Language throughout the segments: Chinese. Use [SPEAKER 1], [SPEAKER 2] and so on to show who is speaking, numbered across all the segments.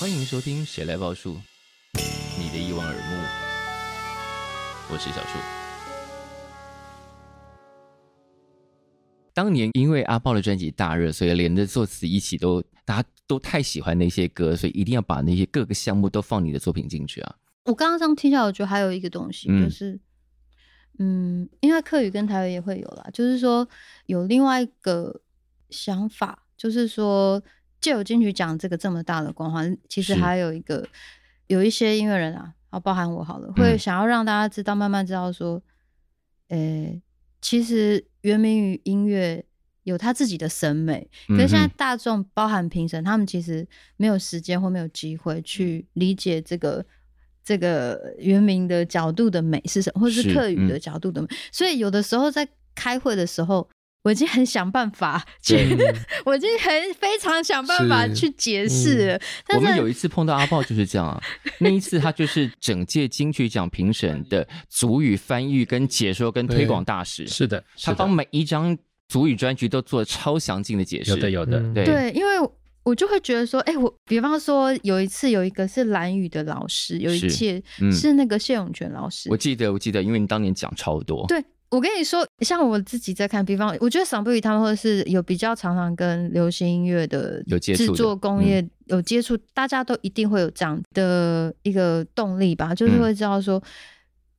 [SPEAKER 1] 欢迎收听《谁来报数》，你的一望而目，我是小树。当年因为阿豹的专辑大热，所以连着作词一起都，大家都太喜欢那些歌，所以一定要把那些各个项目都放你的作品进去啊。
[SPEAKER 2] 我刚刚这样听下来，我觉得还有一个东西，
[SPEAKER 1] 嗯
[SPEAKER 2] 就是，嗯，应该客语跟台语也会有啦，就是说有另外一个想法，就是说借由金曲奖这个这么大的光环，其实
[SPEAKER 1] 是
[SPEAKER 2] 还有一个有一些音乐人啊，啊，包含我好了，会
[SPEAKER 1] 嗯
[SPEAKER 2] 想要让大家知道，慢慢知道说，呃、其实原名于音乐。有他自己的审美，可是现在
[SPEAKER 1] 嗯哼
[SPEAKER 2] 大众，包含评审，他们其实没有时间或没有机会去理解这个这个原名的角度的美是什么，或者
[SPEAKER 1] 是
[SPEAKER 2] 是客语的
[SPEAKER 1] 嗯
[SPEAKER 2] 角度的美。所以有的时候在开会的时候，我已经很想办 法去， 我已经很非常想办法
[SPEAKER 3] 是
[SPEAKER 2] 去解释了。
[SPEAKER 1] 嗯我
[SPEAKER 2] 但
[SPEAKER 1] 们
[SPEAKER 2] 是
[SPEAKER 1] 有一次欸碰到阿豹就是这样 啊，那一次他就是整届金曲奖评审的足语翻译、跟解说、跟推广大使，
[SPEAKER 3] 是的，是
[SPEAKER 1] 他
[SPEAKER 3] 的
[SPEAKER 1] 帮每一张足语专辑都做了超详尽的解释。
[SPEAKER 3] 有的有的，
[SPEAKER 4] 嗯
[SPEAKER 1] 对
[SPEAKER 2] 对，因为我就会觉得说，哎、我比方说有一次有一个是蓝语的老师，有
[SPEAKER 1] 是
[SPEAKER 2] 一届
[SPEAKER 1] 嗯
[SPEAKER 2] 是那个谢永泉老师，
[SPEAKER 1] 我记得我记得，因为你当年讲超多。
[SPEAKER 2] 对我跟你说，像我自己在看，比方我觉得桑布里他们或者是有比较常常跟流行音乐的
[SPEAKER 1] 有接触
[SPEAKER 2] 制
[SPEAKER 1] 的嗯
[SPEAKER 2] 作工业有接触，大家都一定会有这样的一个动力吧，就是
[SPEAKER 1] 嗯
[SPEAKER 2] 会知道说。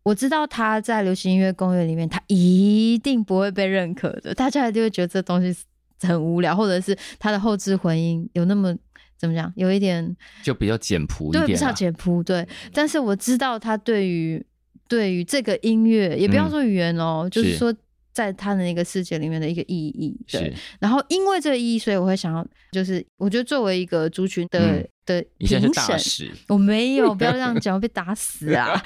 [SPEAKER 2] 我知道他在流行音乐工业里面，他一定不会被认可的，大家一定会觉得这东西很无聊，或者是他的后置混音有那么怎么讲，有一点
[SPEAKER 1] 就比较简朴一点、
[SPEAKER 2] 对，
[SPEAKER 1] 啊，
[SPEAKER 2] 比较简朴，对。但是我知道他对于对于这个音乐，也不要
[SPEAKER 1] 嗯
[SPEAKER 2] 说语言哦，就是
[SPEAKER 1] 是
[SPEAKER 2] 说在他的那个世界里面的一个意义。对
[SPEAKER 1] 是。，
[SPEAKER 2] 然后因为这个意义，所以我会想要，就是我觉得作为一个族群的、
[SPEAKER 1] 嗯
[SPEAKER 2] 的
[SPEAKER 1] 你现在
[SPEAKER 2] 评
[SPEAKER 1] 是大
[SPEAKER 2] 审。
[SPEAKER 1] 使，
[SPEAKER 2] 我没 有，不要这样讲，我被打死啊！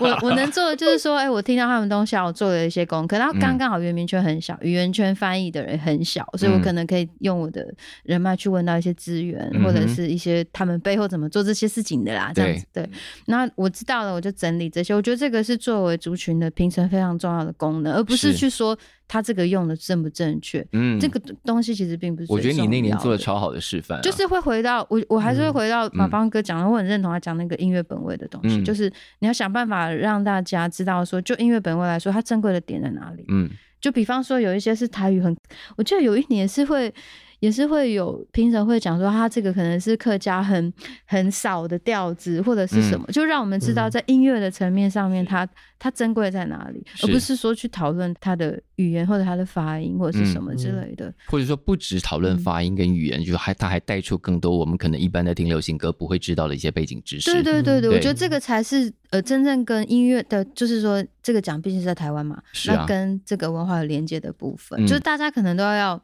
[SPEAKER 2] 我我能做的就是说，哎、我听到他们东西啊，我做了一些功课。然后刚刚好原名圈很小，语言圈翻译的人很小，所以我
[SPEAKER 1] 嗯
[SPEAKER 2] 可能可以用我的人脉去问到一些资源，
[SPEAKER 1] 嗯哼
[SPEAKER 2] 或者是一些他们背后怎么做这些事情的啦，这样子。对，那我知道了，我就整理这些。我觉得这个是作为族群的评审非常重要的功能，而不是
[SPEAKER 1] 是
[SPEAKER 2] 去说他这个用的正不正确。
[SPEAKER 1] 嗯，
[SPEAKER 2] 这个东西其实并不是最
[SPEAKER 1] 我
[SPEAKER 2] 重要的。
[SPEAKER 1] 觉得你那年做的超好的示范啊、
[SPEAKER 2] 就是会回到我，我还是会回到马邦哥讲的，我很认同他讲那个音乐本位的东西，
[SPEAKER 1] 嗯
[SPEAKER 2] 就是你要想办法让大家知道说，就音乐本位来说，它珍贵的点在哪里。
[SPEAKER 1] 嗯，
[SPEAKER 2] 就比方说有一些是台语很，我记得有一年是会。也是会有评审会讲说，他这个可能是客家很很少的调子，或者是
[SPEAKER 1] 嗯
[SPEAKER 2] 什么，就让我们知道在音乐的层面上面它，它珍贵在哪里，而
[SPEAKER 1] 是
[SPEAKER 2] 不是说去讨论它的语言或者它的发音或者是
[SPEAKER 1] 嗯
[SPEAKER 2] 什么之类的。
[SPEAKER 1] 或者说不只讨论发音跟
[SPEAKER 2] 嗯
[SPEAKER 1] 语言，就是还他还带出更多我们可能一般在听流行歌不会知道的一些背景知识。
[SPEAKER 2] 对对对对，
[SPEAKER 1] 嗯对
[SPEAKER 2] 我觉得这个才是呃真正跟音乐的，就是说这个奖毕竟是在台湾嘛，
[SPEAKER 1] 是啊
[SPEAKER 2] 那跟这个文化有连接的部分，
[SPEAKER 1] 嗯
[SPEAKER 2] 就是大家可能都要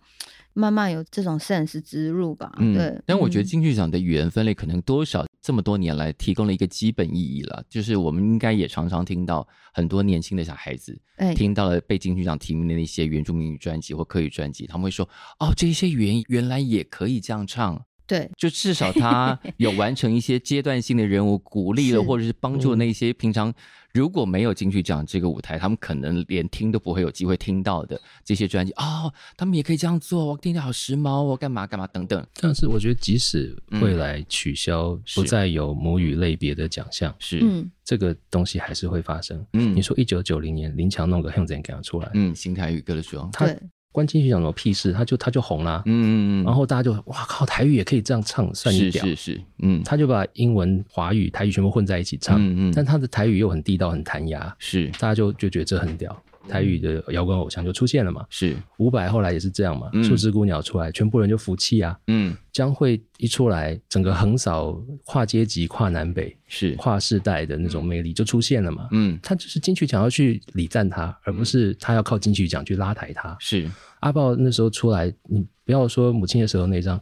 [SPEAKER 2] 慢慢有这种 sense 植入吧。对，
[SPEAKER 1] 但我觉得
[SPEAKER 2] 嗯
[SPEAKER 1] 金曲奖的语言分类可能多少这么多年来提供了一个基本意义了，就是我们应该也常常听到很多年轻的小孩子
[SPEAKER 2] 哎、
[SPEAKER 1] 听到了被金曲奖提名的那些原住民语专辑或客语专辑，他们会说哦，这些语言原来也可以这样唱。
[SPEAKER 2] 对
[SPEAKER 1] 就至少 他有完成一些阶段性的任务，鼓励了
[SPEAKER 2] 是嗯
[SPEAKER 1] 或者是帮助那些平常如果没有进去讲这个舞台，他们可能连听都不会有机会听到的这些专辑哦，他们也可以这样做，我听着好时髦哦，干嘛干嘛等等，
[SPEAKER 3] 但是我觉得，即使
[SPEAKER 1] 嗯
[SPEAKER 3] 未来取消
[SPEAKER 1] 是
[SPEAKER 3] 不再有母语类别的奖项，
[SPEAKER 1] 是
[SPEAKER 2] 嗯，
[SPEAKER 3] 这个东西还是会发生。
[SPEAKER 1] 嗯
[SPEAKER 3] 你说一九九零年林强弄个 Hands and 出来，
[SPEAKER 1] 嗯，邢台语歌的时候，
[SPEAKER 3] 他
[SPEAKER 2] 对，
[SPEAKER 3] 关金曲奖有屁事，他就他就红啦。
[SPEAKER 1] 嗯嗯嗯，
[SPEAKER 3] 然后大家就哇靠，台语也可以这样唱，算你
[SPEAKER 1] 是
[SPEAKER 3] 屌。
[SPEAKER 1] 是是，嗯，
[SPEAKER 3] 他就把英文、华语、台语全部混在一起唱，
[SPEAKER 1] 嗯嗯
[SPEAKER 3] 但他的台语又很地道、很弹牙，
[SPEAKER 1] 是
[SPEAKER 3] 大家就就觉得这很屌。
[SPEAKER 1] 嗯
[SPEAKER 3] 台语的摇滚偶像就出现了嘛，
[SPEAKER 1] 是，
[SPEAKER 3] 伍佰后来也是这样嘛，
[SPEAKER 1] 嗯
[SPEAKER 3] 树枝姑鸟出来，全部人就服气啊。
[SPEAKER 1] 嗯
[SPEAKER 3] 将会一出来，整个横扫跨阶级、跨南北、
[SPEAKER 1] 是，
[SPEAKER 3] 跨世代的那种魅力就出现了嘛。
[SPEAKER 1] 嗯
[SPEAKER 3] 他就是金曲奖要去礼赞他，而不是他要靠金曲奖去拉抬他。
[SPEAKER 1] 是
[SPEAKER 3] 阿豹那时候出来，你不要说母亲的时候那一张，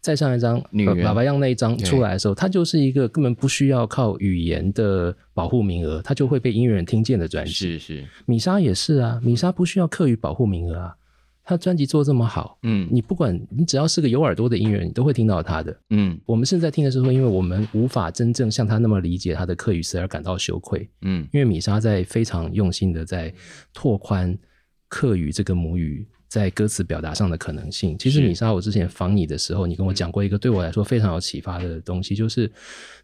[SPEAKER 3] 再上一张
[SPEAKER 1] 女
[SPEAKER 3] 呃
[SPEAKER 1] 人
[SPEAKER 3] 爸爸样那一张
[SPEAKER 1] 对
[SPEAKER 3] 出来的时候，他就是一个根本不需要靠语言的保护名额，他就会被音乐人听见的专辑。
[SPEAKER 1] 是是，
[SPEAKER 3] 米莎也是啊，米莎不需要课余保护名额啊，他专辑做这么好，
[SPEAKER 1] 嗯
[SPEAKER 3] 你不管你只要是个有耳朵的音乐人，你都会听到他的。
[SPEAKER 1] 嗯
[SPEAKER 3] 我们甚至在听的时候，因为我们无法真正像他那么理解他的课语词而感到羞愧，
[SPEAKER 1] 嗯
[SPEAKER 3] 因为米莎在非常用心的在拓宽课语这个母语在歌词表达上的可能性。其实
[SPEAKER 1] 是
[SPEAKER 3] 米莎，我之前访你的时候，你跟我讲过一个对我来说非常有启发的东西，就是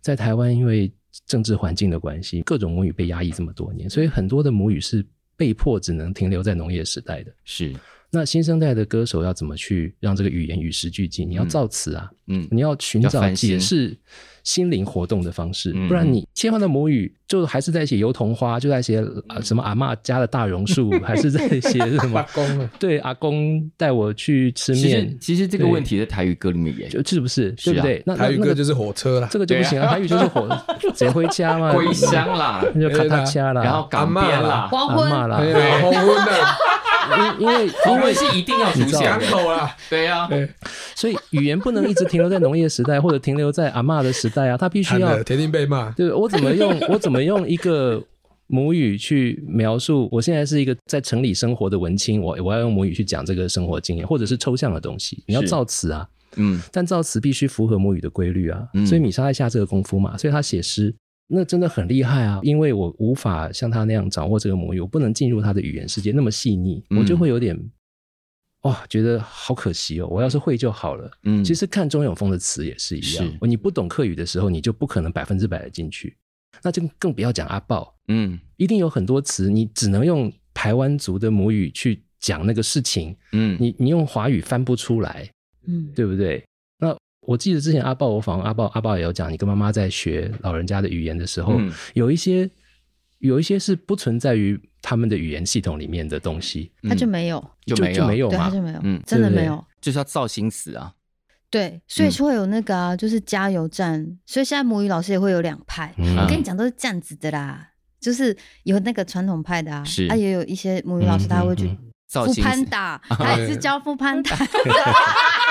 [SPEAKER 3] 在台湾因为政治环境的关系，各种母语被压抑这么多年，所以很多的母语是被迫只能停留在农业时代的。
[SPEAKER 1] 是
[SPEAKER 3] 那新生代的歌手要怎么去让这个语言与时俱进？你要造词啊，
[SPEAKER 1] 嗯
[SPEAKER 3] 你要寻
[SPEAKER 1] 要
[SPEAKER 3] 找
[SPEAKER 1] 翻新
[SPEAKER 3] 解释心灵活动的方式，
[SPEAKER 1] 嗯
[SPEAKER 3] 不然你切换到母语，就还是在写油桐花，就在写、
[SPEAKER 1] 嗯
[SPEAKER 3] 呃什么阿嬷家的大 榕树，还是在写什么
[SPEAKER 4] 公啊了，
[SPEAKER 3] 对阿公带我去吃
[SPEAKER 1] 其实
[SPEAKER 3] 面，
[SPEAKER 1] 其实这个
[SPEAKER 3] 对
[SPEAKER 1] 问题在台语歌里面也
[SPEAKER 3] 就是不是
[SPEAKER 1] 是啊
[SPEAKER 3] 对不对？那那
[SPEAKER 4] 台语
[SPEAKER 3] 那
[SPEAKER 4] 歌
[SPEAKER 3] 个
[SPEAKER 4] 就是火车啦，
[SPEAKER 3] 这个就不行啊，台语就是火，谁回家嘛？
[SPEAKER 1] 归乡啦，
[SPEAKER 3] 那就卡塔掐啦，
[SPEAKER 1] 然后港
[SPEAKER 4] 阿
[SPEAKER 1] 边
[SPEAKER 4] 嬷
[SPEAKER 1] 啦
[SPEAKER 4] 啦，
[SPEAKER 2] 黄昏
[SPEAKER 3] 阿嬷
[SPEAKER 4] 哎
[SPEAKER 3] 啦，
[SPEAKER 4] 呀，红昏 的，
[SPEAKER 3] 因因为
[SPEAKER 1] 因为是一定要出
[SPEAKER 3] 你知道
[SPEAKER 1] 现
[SPEAKER 4] 港
[SPEAKER 1] 的，
[SPEAKER 4] 口啦，
[SPEAKER 1] 对啊，
[SPEAKER 3] 所以语言不能一直停留在农业时代，或者停留在阿嬷的时代啊，它必须
[SPEAKER 4] 惨
[SPEAKER 3] 要
[SPEAKER 4] 了，铁定被骂。
[SPEAKER 3] 对，我怎么 用我怎么用一个母语去描述？我现在是一个在城里生活的文青，我我要用母语去讲这个生活经验，或者是抽象的东西。你要
[SPEAKER 1] 是
[SPEAKER 3] 造词啊，
[SPEAKER 1] 嗯
[SPEAKER 3] 但造词必须符合母语的规律啊。
[SPEAKER 1] 嗯
[SPEAKER 3] 所以米莎在下这个功夫嘛，所以她写诗。那真的很厉害啊！因为我无法像她那样掌握这个母语，我不能进入她的语言世界那么细腻，我就
[SPEAKER 1] 嗯
[SPEAKER 3] 会有点哇、觉得好可惜哦。我要是会就好了。
[SPEAKER 1] 嗯，
[SPEAKER 3] 其实看钟永峰的词也是一
[SPEAKER 1] 是
[SPEAKER 3] 样，你不懂客语的时候，你就不可能百分之百的进去。那就更不要讲阿豹，
[SPEAKER 1] 嗯
[SPEAKER 3] 一定有很多词你只能用台湾族的母语去讲那个事情，
[SPEAKER 1] 嗯
[SPEAKER 3] 你你用华语翻不出来，
[SPEAKER 2] 嗯，
[SPEAKER 3] 对不对？那我记得之前阿豹，我访问阿豹，阿豹也有讲，你跟妈妈在学老人家的语言的时候，
[SPEAKER 1] 嗯
[SPEAKER 3] 有一些有一些是不存在于他们的语言系统里面的东西，
[SPEAKER 2] 他就没有，
[SPEAKER 1] 嗯就
[SPEAKER 3] 就
[SPEAKER 1] 没
[SPEAKER 3] 就
[SPEAKER 1] 有
[SPEAKER 3] 没有
[SPEAKER 2] 对，他
[SPEAKER 3] 嘛
[SPEAKER 2] 就。没有
[SPEAKER 1] 嗯，
[SPEAKER 2] 真的
[SPEAKER 3] 对不对
[SPEAKER 2] 没有。
[SPEAKER 1] 就是要造新词啊，
[SPEAKER 2] 对，所以
[SPEAKER 1] 嗯
[SPEAKER 2] 是会有那个啊，就是加油站，所以现在母语老师也会有两派。
[SPEAKER 3] 嗯
[SPEAKER 2] 我跟你讲，都是这样子的啦，就是有那个传统派的啊，
[SPEAKER 1] 是
[SPEAKER 2] 啊，也有一些母语老师他会去
[SPEAKER 3] 嗯
[SPEAKER 1] 造
[SPEAKER 2] 富
[SPEAKER 1] 新
[SPEAKER 2] 潘
[SPEAKER 1] 词。
[SPEAKER 2] 达，他也是教富潘达，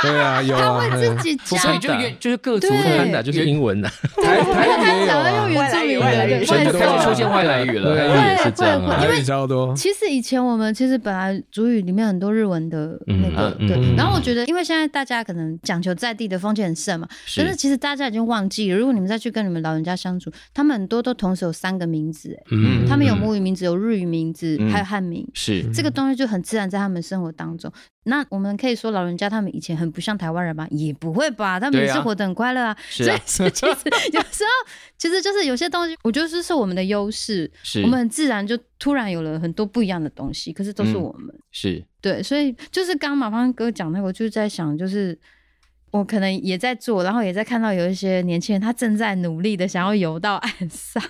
[SPEAKER 4] 对啊，有
[SPEAKER 2] 他
[SPEAKER 4] 啊，
[SPEAKER 2] 会自己
[SPEAKER 1] 所以
[SPEAKER 2] 教。
[SPEAKER 1] 就原就是各族
[SPEAKER 2] 对
[SPEAKER 1] 的
[SPEAKER 3] 汉达就是英文的、
[SPEAKER 4] 台
[SPEAKER 2] 我看
[SPEAKER 4] 台语
[SPEAKER 2] 他
[SPEAKER 4] 也
[SPEAKER 2] 想要用，
[SPEAKER 4] 有啊
[SPEAKER 2] 原住民
[SPEAKER 1] 外来
[SPEAKER 2] 的
[SPEAKER 1] 语
[SPEAKER 2] 对
[SPEAKER 4] 外来语
[SPEAKER 2] 外来
[SPEAKER 4] 很多啊
[SPEAKER 2] 语
[SPEAKER 1] 出现外来语了，哎
[SPEAKER 3] 对啊
[SPEAKER 2] 会
[SPEAKER 3] 也是这样
[SPEAKER 2] 会会
[SPEAKER 3] 啊。
[SPEAKER 4] 台
[SPEAKER 2] 因为
[SPEAKER 4] 语超多，
[SPEAKER 2] 其实以前我们其实本来主语里面很多日文的那个，
[SPEAKER 1] 嗯
[SPEAKER 2] 对。
[SPEAKER 3] 嗯
[SPEAKER 2] 然后我觉得，因为现在大家可能讲求在地的风气很盛嘛，但是
[SPEAKER 1] 是
[SPEAKER 2] 其实大家已经忘记了。如果你们再去跟你们老人家相处，他们很多都同时有三个名字，哎
[SPEAKER 1] 嗯
[SPEAKER 2] 他们有母语名字、有日语名字，
[SPEAKER 1] 嗯
[SPEAKER 2] 还有汉名。
[SPEAKER 1] 是，
[SPEAKER 2] 这个东西就很自然在他们生活当中。那我们可以说老人家他们以前很不像台湾人吗？也不会吧，他们也
[SPEAKER 1] 对啊
[SPEAKER 2] 是活得很快乐 啊。
[SPEAKER 1] 是
[SPEAKER 2] 所以
[SPEAKER 1] 啊
[SPEAKER 2] 其实有时候，其实就是有些东西，我觉得这是我们的优势，
[SPEAKER 1] 是
[SPEAKER 2] 我们很自然就突然有了很多不一样的东西，可是都是
[SPEAKER 1] 嗯
[SPEAKER 2] 我们。
[SPEAKER 1] 是
[SPEAKER 2] 对，所以就是刚马芳哥讲那个，我就是在想，就是我可能也在做，然后也在看到有一些年轻人，他正在努力的想要游到岸上，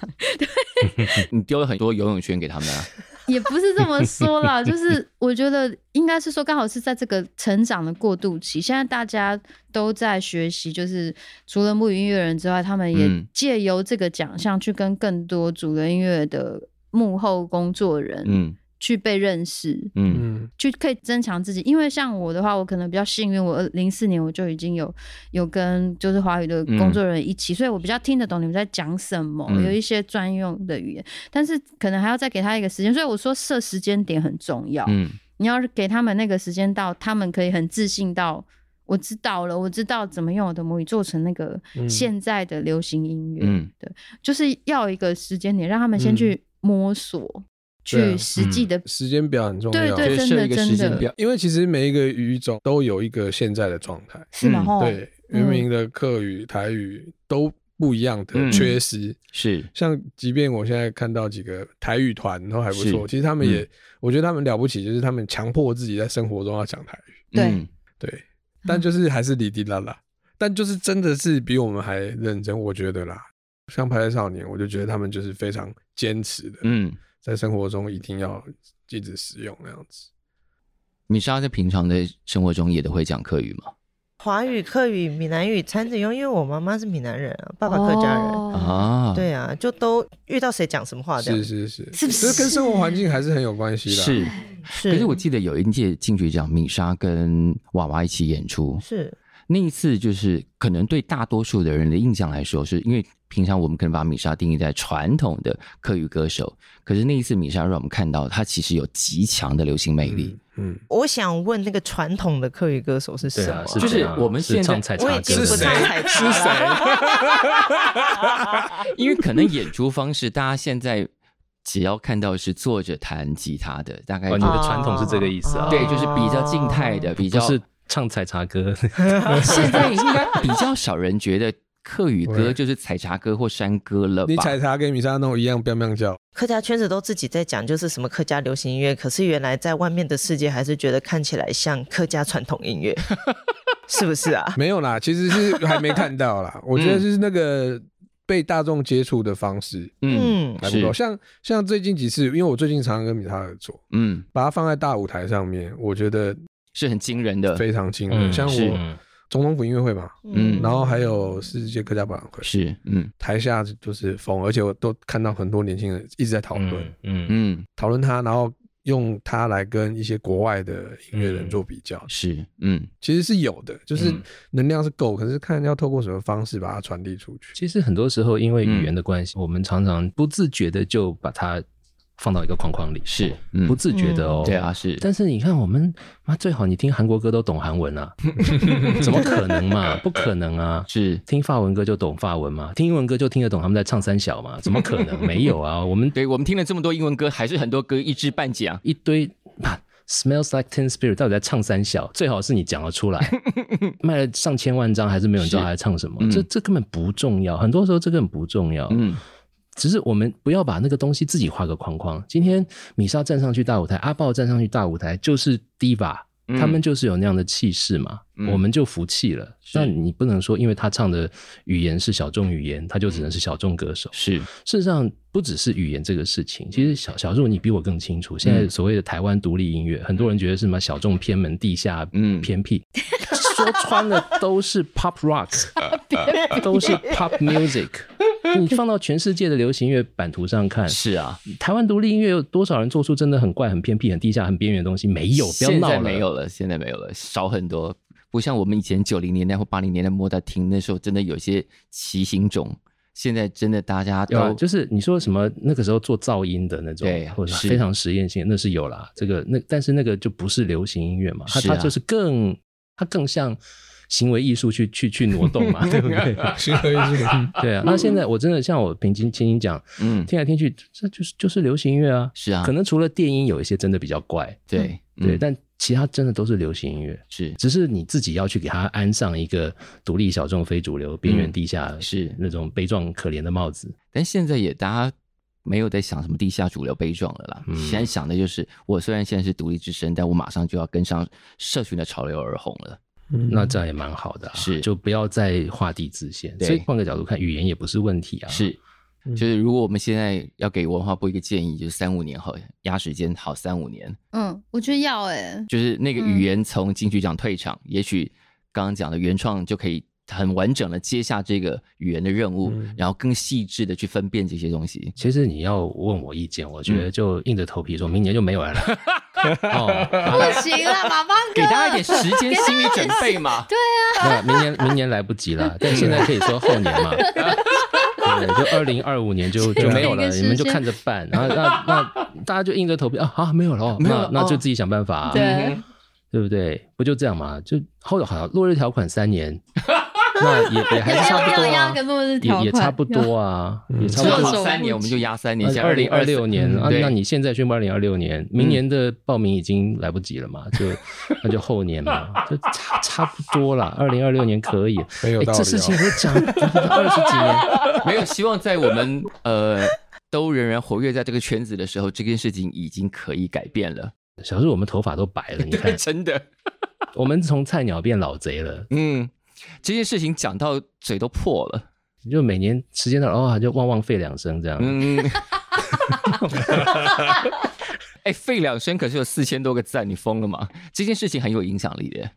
[SPEAKER 1] 你丢了很多游泳圈给他 们啊，
[SPEAKER 2] 也不是这么说 啦，就是我觉得应该是说，刚好是在这个成长的过渡期，现在大家都在学习，就是除了母语音乐人之外，他们也
[SPEAKER 1] 嗯
[SPEAKER 2] 借由这个奖项去跟更多主流音乐的幕后工作人
[SPEAKER 1] 嗯
[SPEAKER 2] 去被认识。
[SPEAKER 1] 嗯
[SPEAKER 4] 嗯，
[SPEAKER 2] 去可以增强自己，因为像我的话，我可能比较幸运，我零四年我就已经有有跟就是华语的工作人员一起，所以我比较听得懂你们在讲什么，
[SPEAKER 1] 嗯
[SPEAKER 2] 有一些专用的语言，但是可能还要再给他一个时间，所以我说设时间点很重要，
[SPEAKER 1] 嗯
[SPEAKER 2] 你要给他们那个时间到，他们可以很自信到。我知道了，我知道怎么用我的母语做成那个
[SPEAKER 4] 嗯
[SPEAKER 2] 现在的流行音乐，
[SPEAKER 1] 嗯
[SPEAKER 2] 就是要一个时间点，让他们先去摸索，
[SPEAKER 4] 嗯对啊
[SPEAKER 2] 去实际的，
[SPEAKER 4] 时间表很重要，
[SPEAKER 2] 对
[SPEAKER 1] 就
[SPEAKER 2] 对，
[SPEAKER 1] 是
[SPEAKER 2] 真
[SPEAKER 1] 设
[SPEAKER 2] 的
[SPEAKER 1] 一个
[SPEAKER 2] 真
[SPEAKER 1] 时间
[SPEAKER 2] 的
[SPEAKER 1] 表
[SPEAKER 4] 因为其实每一个语种都有一个现在的状态，
[SPEAKER 2] 是吗？
[SPEAKER 1] 嗯
[SPEAKER 2] 吼，
[SPEAKER 4] 对，原名的客语、台语都不一样的
[SPEAKER 1] 嗯
[SPEAKER 4] 缺失。
[SPEAKER 1] 是
[SPEAKER 4] 像即便我现在看到几个台语团都还不错，
[SPEAKER 1] 是
[SPEAKER 4] 其实他们也，我觉得他们了不起，就是他们强迫自己在生活中要讲台语，
[SPEAKER 2] 对
[SPEAKER 1] 嗯
[SPEAKER 4] 对，但就是还是哩哩啦啦，但就是真的是比我们还认真，我觉得啦。像《排列少年》，我就觉得他们就是非常坚持的，
[SPEAKER 1] 嗯。
[SPEAKER 4] 在生活中一定要一直使用那样子。
[SPEAKER 1] 米莎在平常的生活中也都会讲客语吗？
[SPEAKER 5] 华语、客语、闽南语、餐子用，因为我妈妈是闽南人啊，爸爸客家人，
[SPEAKER 2] 哦
[SPEAKER 1] 啊，，
[SPEAKER 5] 对啊，就都遇到谁讲什么话这样
[SPEAKER 4] 是。是是，
[SPEAKER 2] 是不是
[SPEAKER 4] 这跟生活环境还是很有关系的啊。
[SPEAKER 1] 是。
[SPEAKER 5] 是
[SPEAKER 1] 可是我记得有一届金曲奖，米莎跟娃娃一起演出，
[SPEAKER 5] 是
[SPEAKER 1] 那一次就是可能对大多数的人的印象来说，是因为平常我们可能把米莎定义在传统的客语歌手，可是那一次米莎让我们看到她其实有极强的流行魅力。
[SPEAKER 4] 嗯，
[SPEAKER 5] 我想问那个传统的客语歌手是
[SPEAKER 3] 对
[SPEAKER 5] 什么
[SPEAKER 3] 啊，
[SPEAKER 5] 啊？
[SPEAKER 3] 是
[SPEAKER 1] 就是
[SPEAKER 3] 这样啊
[SPEAKER 1] 我们
[SPEAKER 3] 是
[SPEAKER 1] 现在
[SPEAKER 3] 唱采
[SPEAKER 5] 我
[SPEAKER 3] 茶
[SPEAKER 5] 已经
[SPEAKER 3] 歌
[SPEAKER 5] 不
[SPEAKER 4] 是谁
[SPEAKER 5] 唱
[SPEAKER 3] 的，
[SPEAKER 5] 采茶了。
[SPEAKER 1] 因为可能演出方式，大家现在只要看到是坐着弹吉他的，大概
[SPEAKER 3] 哦，你
[SPEAKER 1] 就
[SPEAKER 3] 的传统是这个意思啊？
[SPEAKER 5] 哦
[SPEAKER 1] 对，就是比较静态的，比
[SPEAKER 3] 不
[SPEAKER 1] 较
[SPEAKER 3] 是唱采茶歌，
[SPEAKER 1] 现在应该比较少人觉得客语歌
[SPEAKER 4] 对
[SPEAKER 1] 就是采茶歌或山歌了吧？
[SPEAKER 4] 你采茶跟米莎弄一样，彪彪叫。
[SPEAKER 5] 客家圈子都自己在讲，就是什么客家流行音乐，可是原来在外面的世界还是觉得看起来像客家传统音乐，是不是 啊？
[SPEAKER 4] 没有啦，其实是还没看到啦。我觉得是那个被大众接触的方式
[SPEAKER 1] 嗯
[SPEAKER 5] 嗯，
[SPEAKER 4] 还不够。
[SPEAKER 1] 是
[SPEAKER 4] 像像最近几次，因为我最近常常跟米莎合作，
[SPEAKER 1] 嗯，
[SPEAKER 4] 把它放在大舞台上面，我觉得
[SPEAKER 1] 是很惊人的，
[SPEAKER 4] 非常惊人。
[SPEAKER 3] 嗯
[SPEAKER 4] 像
[SPEAKER 1] 是
[SPEAKER 4] 我
[SPEAKER 3] 嗯
[SPEAKER 4] 总统府音乐会嘛，
[SPEAKER 1] 嗯
[SPEAKER 4] 然后还有世界客家博览会，
[SPEAKER 1] 是嗯
[SPEAKER 4] 台下就是疯，而且我都看到很多年轻人一直在讨论
[SPEAKER 3] 嗯嗯，
[SPEAKER 1] 嗯
[SPEAKER 4] 讨论它，然后用它来跟一些国外的音乐人
[SPEAKER 3] 嗯
[SPEAKER 4] 做比较，
[SPEAKER 1] 是嗯
[SPEAKER 4] 其实是有的，就是
[SPEAKER 3] 嗯
[SPEAKER 4] 能量是够，可是看要透过什么方式把它传递出去。
[SPEAKER 3] 其实很多时候因为语言的关系，我们常常不自觉的就把它放到一个框框里，
[SPEAKER 1] 是嗯
[SPEAKER 3] 不自觉的哦。
[SPEAKER 1] 对啊是，
[SPEAKER 3] 但是你看，我们妈最好你听韩国歌都懂韩文 啊，怎么可能嘛？不可能啊！
[SPEAKER 1] 是
[SPEAKER 3] 听法文歌就懂法文嘛，听英文歌就听得懂他们在唱三小嘛？怎么可能？没有啊！我们
[SPEAKER 1] 对我们听了这么多英文歌，还是很多歌一知半解啊。
[SPEAKER 3] 一堆啊，Smells Like Teen Spirit 到底在唱三小？最好是你讲得 出来，卖了上千万张还是没有人知道他在唱什么，
[SPEAKER 1] 嗯
[SPEAKER 3] 这这根本不重要。很多时候这根本不重要，
[SPEAKER 1] 嗯，
[SPEAKER 3] 只是我们不要把那个东西自己画个框框。今天米莎站上去大舞台，阿豹站上去大舞台就是 diva，、
[SPEAKER 1] 嗯
[SPEAKER 3] 他们就是有那样的气势嘛，
[SPEAKER 1] 嗯
[SPEAKER 3] 我们就服气了。
[SPEAKER 1] 是
[SPEAKER 3] 那你不能说因为他唱的语言是小众语言，他就只能是小众歌手。
[SPEAKER 1] 是
[SPEAKER 3] 事实上，不只是语言这个事情，
[SPEAKER 1] 嗯
[SPEAKER 3] 其实小小入你比我更清楚。现在所谓的台湾独立音乐，很多人觉得是什么小众偏门、地下、
[SPEAKER 1] 嗯
[SPEAKER 3] 偏僻，说穿了都是 pop rock，都是 pop music。你放到全世界的流行乐版图上看，
[SPEAKER 1] 是啊，
[SPEAKER 3] 台湾独立音乐有多少人做出真的很怪、很偏僻、很地下、很边缘的东西？没有，不要
[SPEAKER 1] 现
[SPEAKER 3] 闹
[SPEAKER 1] 在
[SPEAKER 3] 了。
[SPEAKER 1] 没有了，现在没有了，少很多。不像我们以前九零年代或八零年代末代听，那时候真的有些奇形种，现在真的大家
[SPEAKER 3] 有啊，
[SPEAKER 1] 都
[SPEAKER 3] 就是你说什么那个时候做噪音的那种，
[SPEAKER 1] 对
[SPEAKER 3] 或者
[SPEAKER 1] 是
[SPEAKER 3] 非常实验性，那是有啦。这个那但是那个就不是流行音乐嘛，它
[SPEAKER 1] 是啊
[SPEAKER 3] 它就是更它更像行为艺术去去去挪动 嘛， 对不 对？
[SPEAKER 4] 行为艺术，
[SPEAKER 3] 对啊。那现在我真的像我平均轻轻讲，
[SPEAKER 1] 嗯
[SPEAKER 3] 听来听去，这就是就是流行音乐啊。
[SPEAKER 1] 是啊，
[SPEAKER 3] 可能除了电音有一些真的比较怪，
[SPEAKER 1] 对
[SPEAKER 3] 对，
[SPEAKER 1] 嗯
[SPEAKER 3] 但其他真的都是流行音乐。
[SPEAKER 1] 是
[SPEAKER 3] 只是你自己要去给它安上一个独立小众、非主流、边缘地下、
[SPEAKER 1] 嗯是
[SPEAKER 3] 那种悲壮可怜的帽子。
[SPEAKER 1] 但现在也大家没有在想什么地下主流悲壮了啦，
[SPEAKER 3] 嗯
[SPEAKER 1] 现在想的就是，我虽然现在是独立之身，但我马上就要跟上社群的潮流而红了。
[SPEAKER 3] 那 这样也蛮好的、啊，
[SPEAKER 1] 嗯是
[SPEAKER 3] 就不要再画地自限。
[SPEAKER 1] 对
[SPEAKER 3] 所以换个角度看，语言也不是问题啊。，
[SPEAKER 1] 是，就是如果我们现在要给文化部一个建议，就是三五年后压时间好三五年，
[SPEAKER 2] 嗯，我觉得要哎、
[SPEAKER 1] 就是那
[SPEAKER 3] 嗯
[SPEAKER 1] 个语言从金曲奖退场，也许刚刚讲的原创就可以。很完整的接下这个语言的任务，
[SPEAKER 4] 嗯
[SPEAKER 1] 然后更细致的去分辨这些东西。
[SPEAKER 3] 其实你要问我意见，我觉
[SPEAKER 1] 嗯
[SPEAKER 3] 得就硬着头皮说明年就没有人了。 哦，
[SPEAKER 2] 不行啦，马邦
[SPEAKER 1] 给
[SPEAKER 2] 哥，
[SPEAKER 1] 大家一点时间心理准备嘛。对，
[SPEAKER 3] 那明年明年来不 及了，但现在可以说后年嘛。对，就二零二五年就就没有
[SPEAKER 2] 给
[SPEAKER 3] 了，
[SPEAKER 2] 一个时
[SPEAKER 3] 你
[SPEAKER 2] 间
[SPEAKER 3] 们就看着办。然后那那大家就硬着头皮啊啊没有了 哦，
[SPEAKER 1] 没有了
[SPEAKER 3] 那那就
[SPEAKER 1] 哦
[SPEAKER 3] 自己想办法、啊。
[SPEAKER 2] 对，
[SPEAKER 3] 对不对？不就这样嘛？就后好像落日条款三年，那也也还 是差不多
[SPEAKER 2] 要
[SPEAKER 3] 啊
[SPEAKER 2] 要个，落日条款
[SPEAKER 3] 也也差不多啊，也差
[SPEAKER 1] 差不
[SPEAKER 3] 不
[SPEAKER 2] 措
[SPEAKER 3] 多。
[SPEAKER 2] 手
[SPEAKER 1] 多三年，
[SPEAKER 2] 不及
[SPEAKER 1] 我们就压三年，现在
[SPEAKER 3] 二
[SPEAKER 1] 二
[SPEAKER 3] 零
[SPEAKER 1] 零
[SPEAKER 3] 二
[SPEAKER 1] 二嗯
[SPEAKER 3] 六年啊，
[SPEAKER 1] 对
[SPEAKER 3] 那你现在宣布二零二六年，明年的报名已经来不及了嘛？就那就后年嘛，就差差不多啦。二零二六年可以，
[SPEAKER 4] 很有
[SPEAKER 3] 哎
[SPEAKER 4] 道理
[SPEAKER 3] 这
[SPEAKER 4] 哦
[SPEAKER 3] 事情我讲二十几年，
[SPEAKER 1] 没有希望在我们呃都仍然活跃在这个圈子的时候，这件事情已经可以改变了。
[SPEAKER 3] 小时候我们头发都白了，你看
[SPEAKER 1] 对，， 真的，
[SPEAKER 3] 我们从菜鸟变老贼了。
[SPEAKER 1] 嗯，这件事情讲到嘴都破了，
[SPEAKER 3] 就每年时间到了，哦，就汪汪吠两声这样。
[SPEAKER 1] 嗯。 哎，费两声可是有四千多个赞，你疯了吗？这件事情很有影响力的，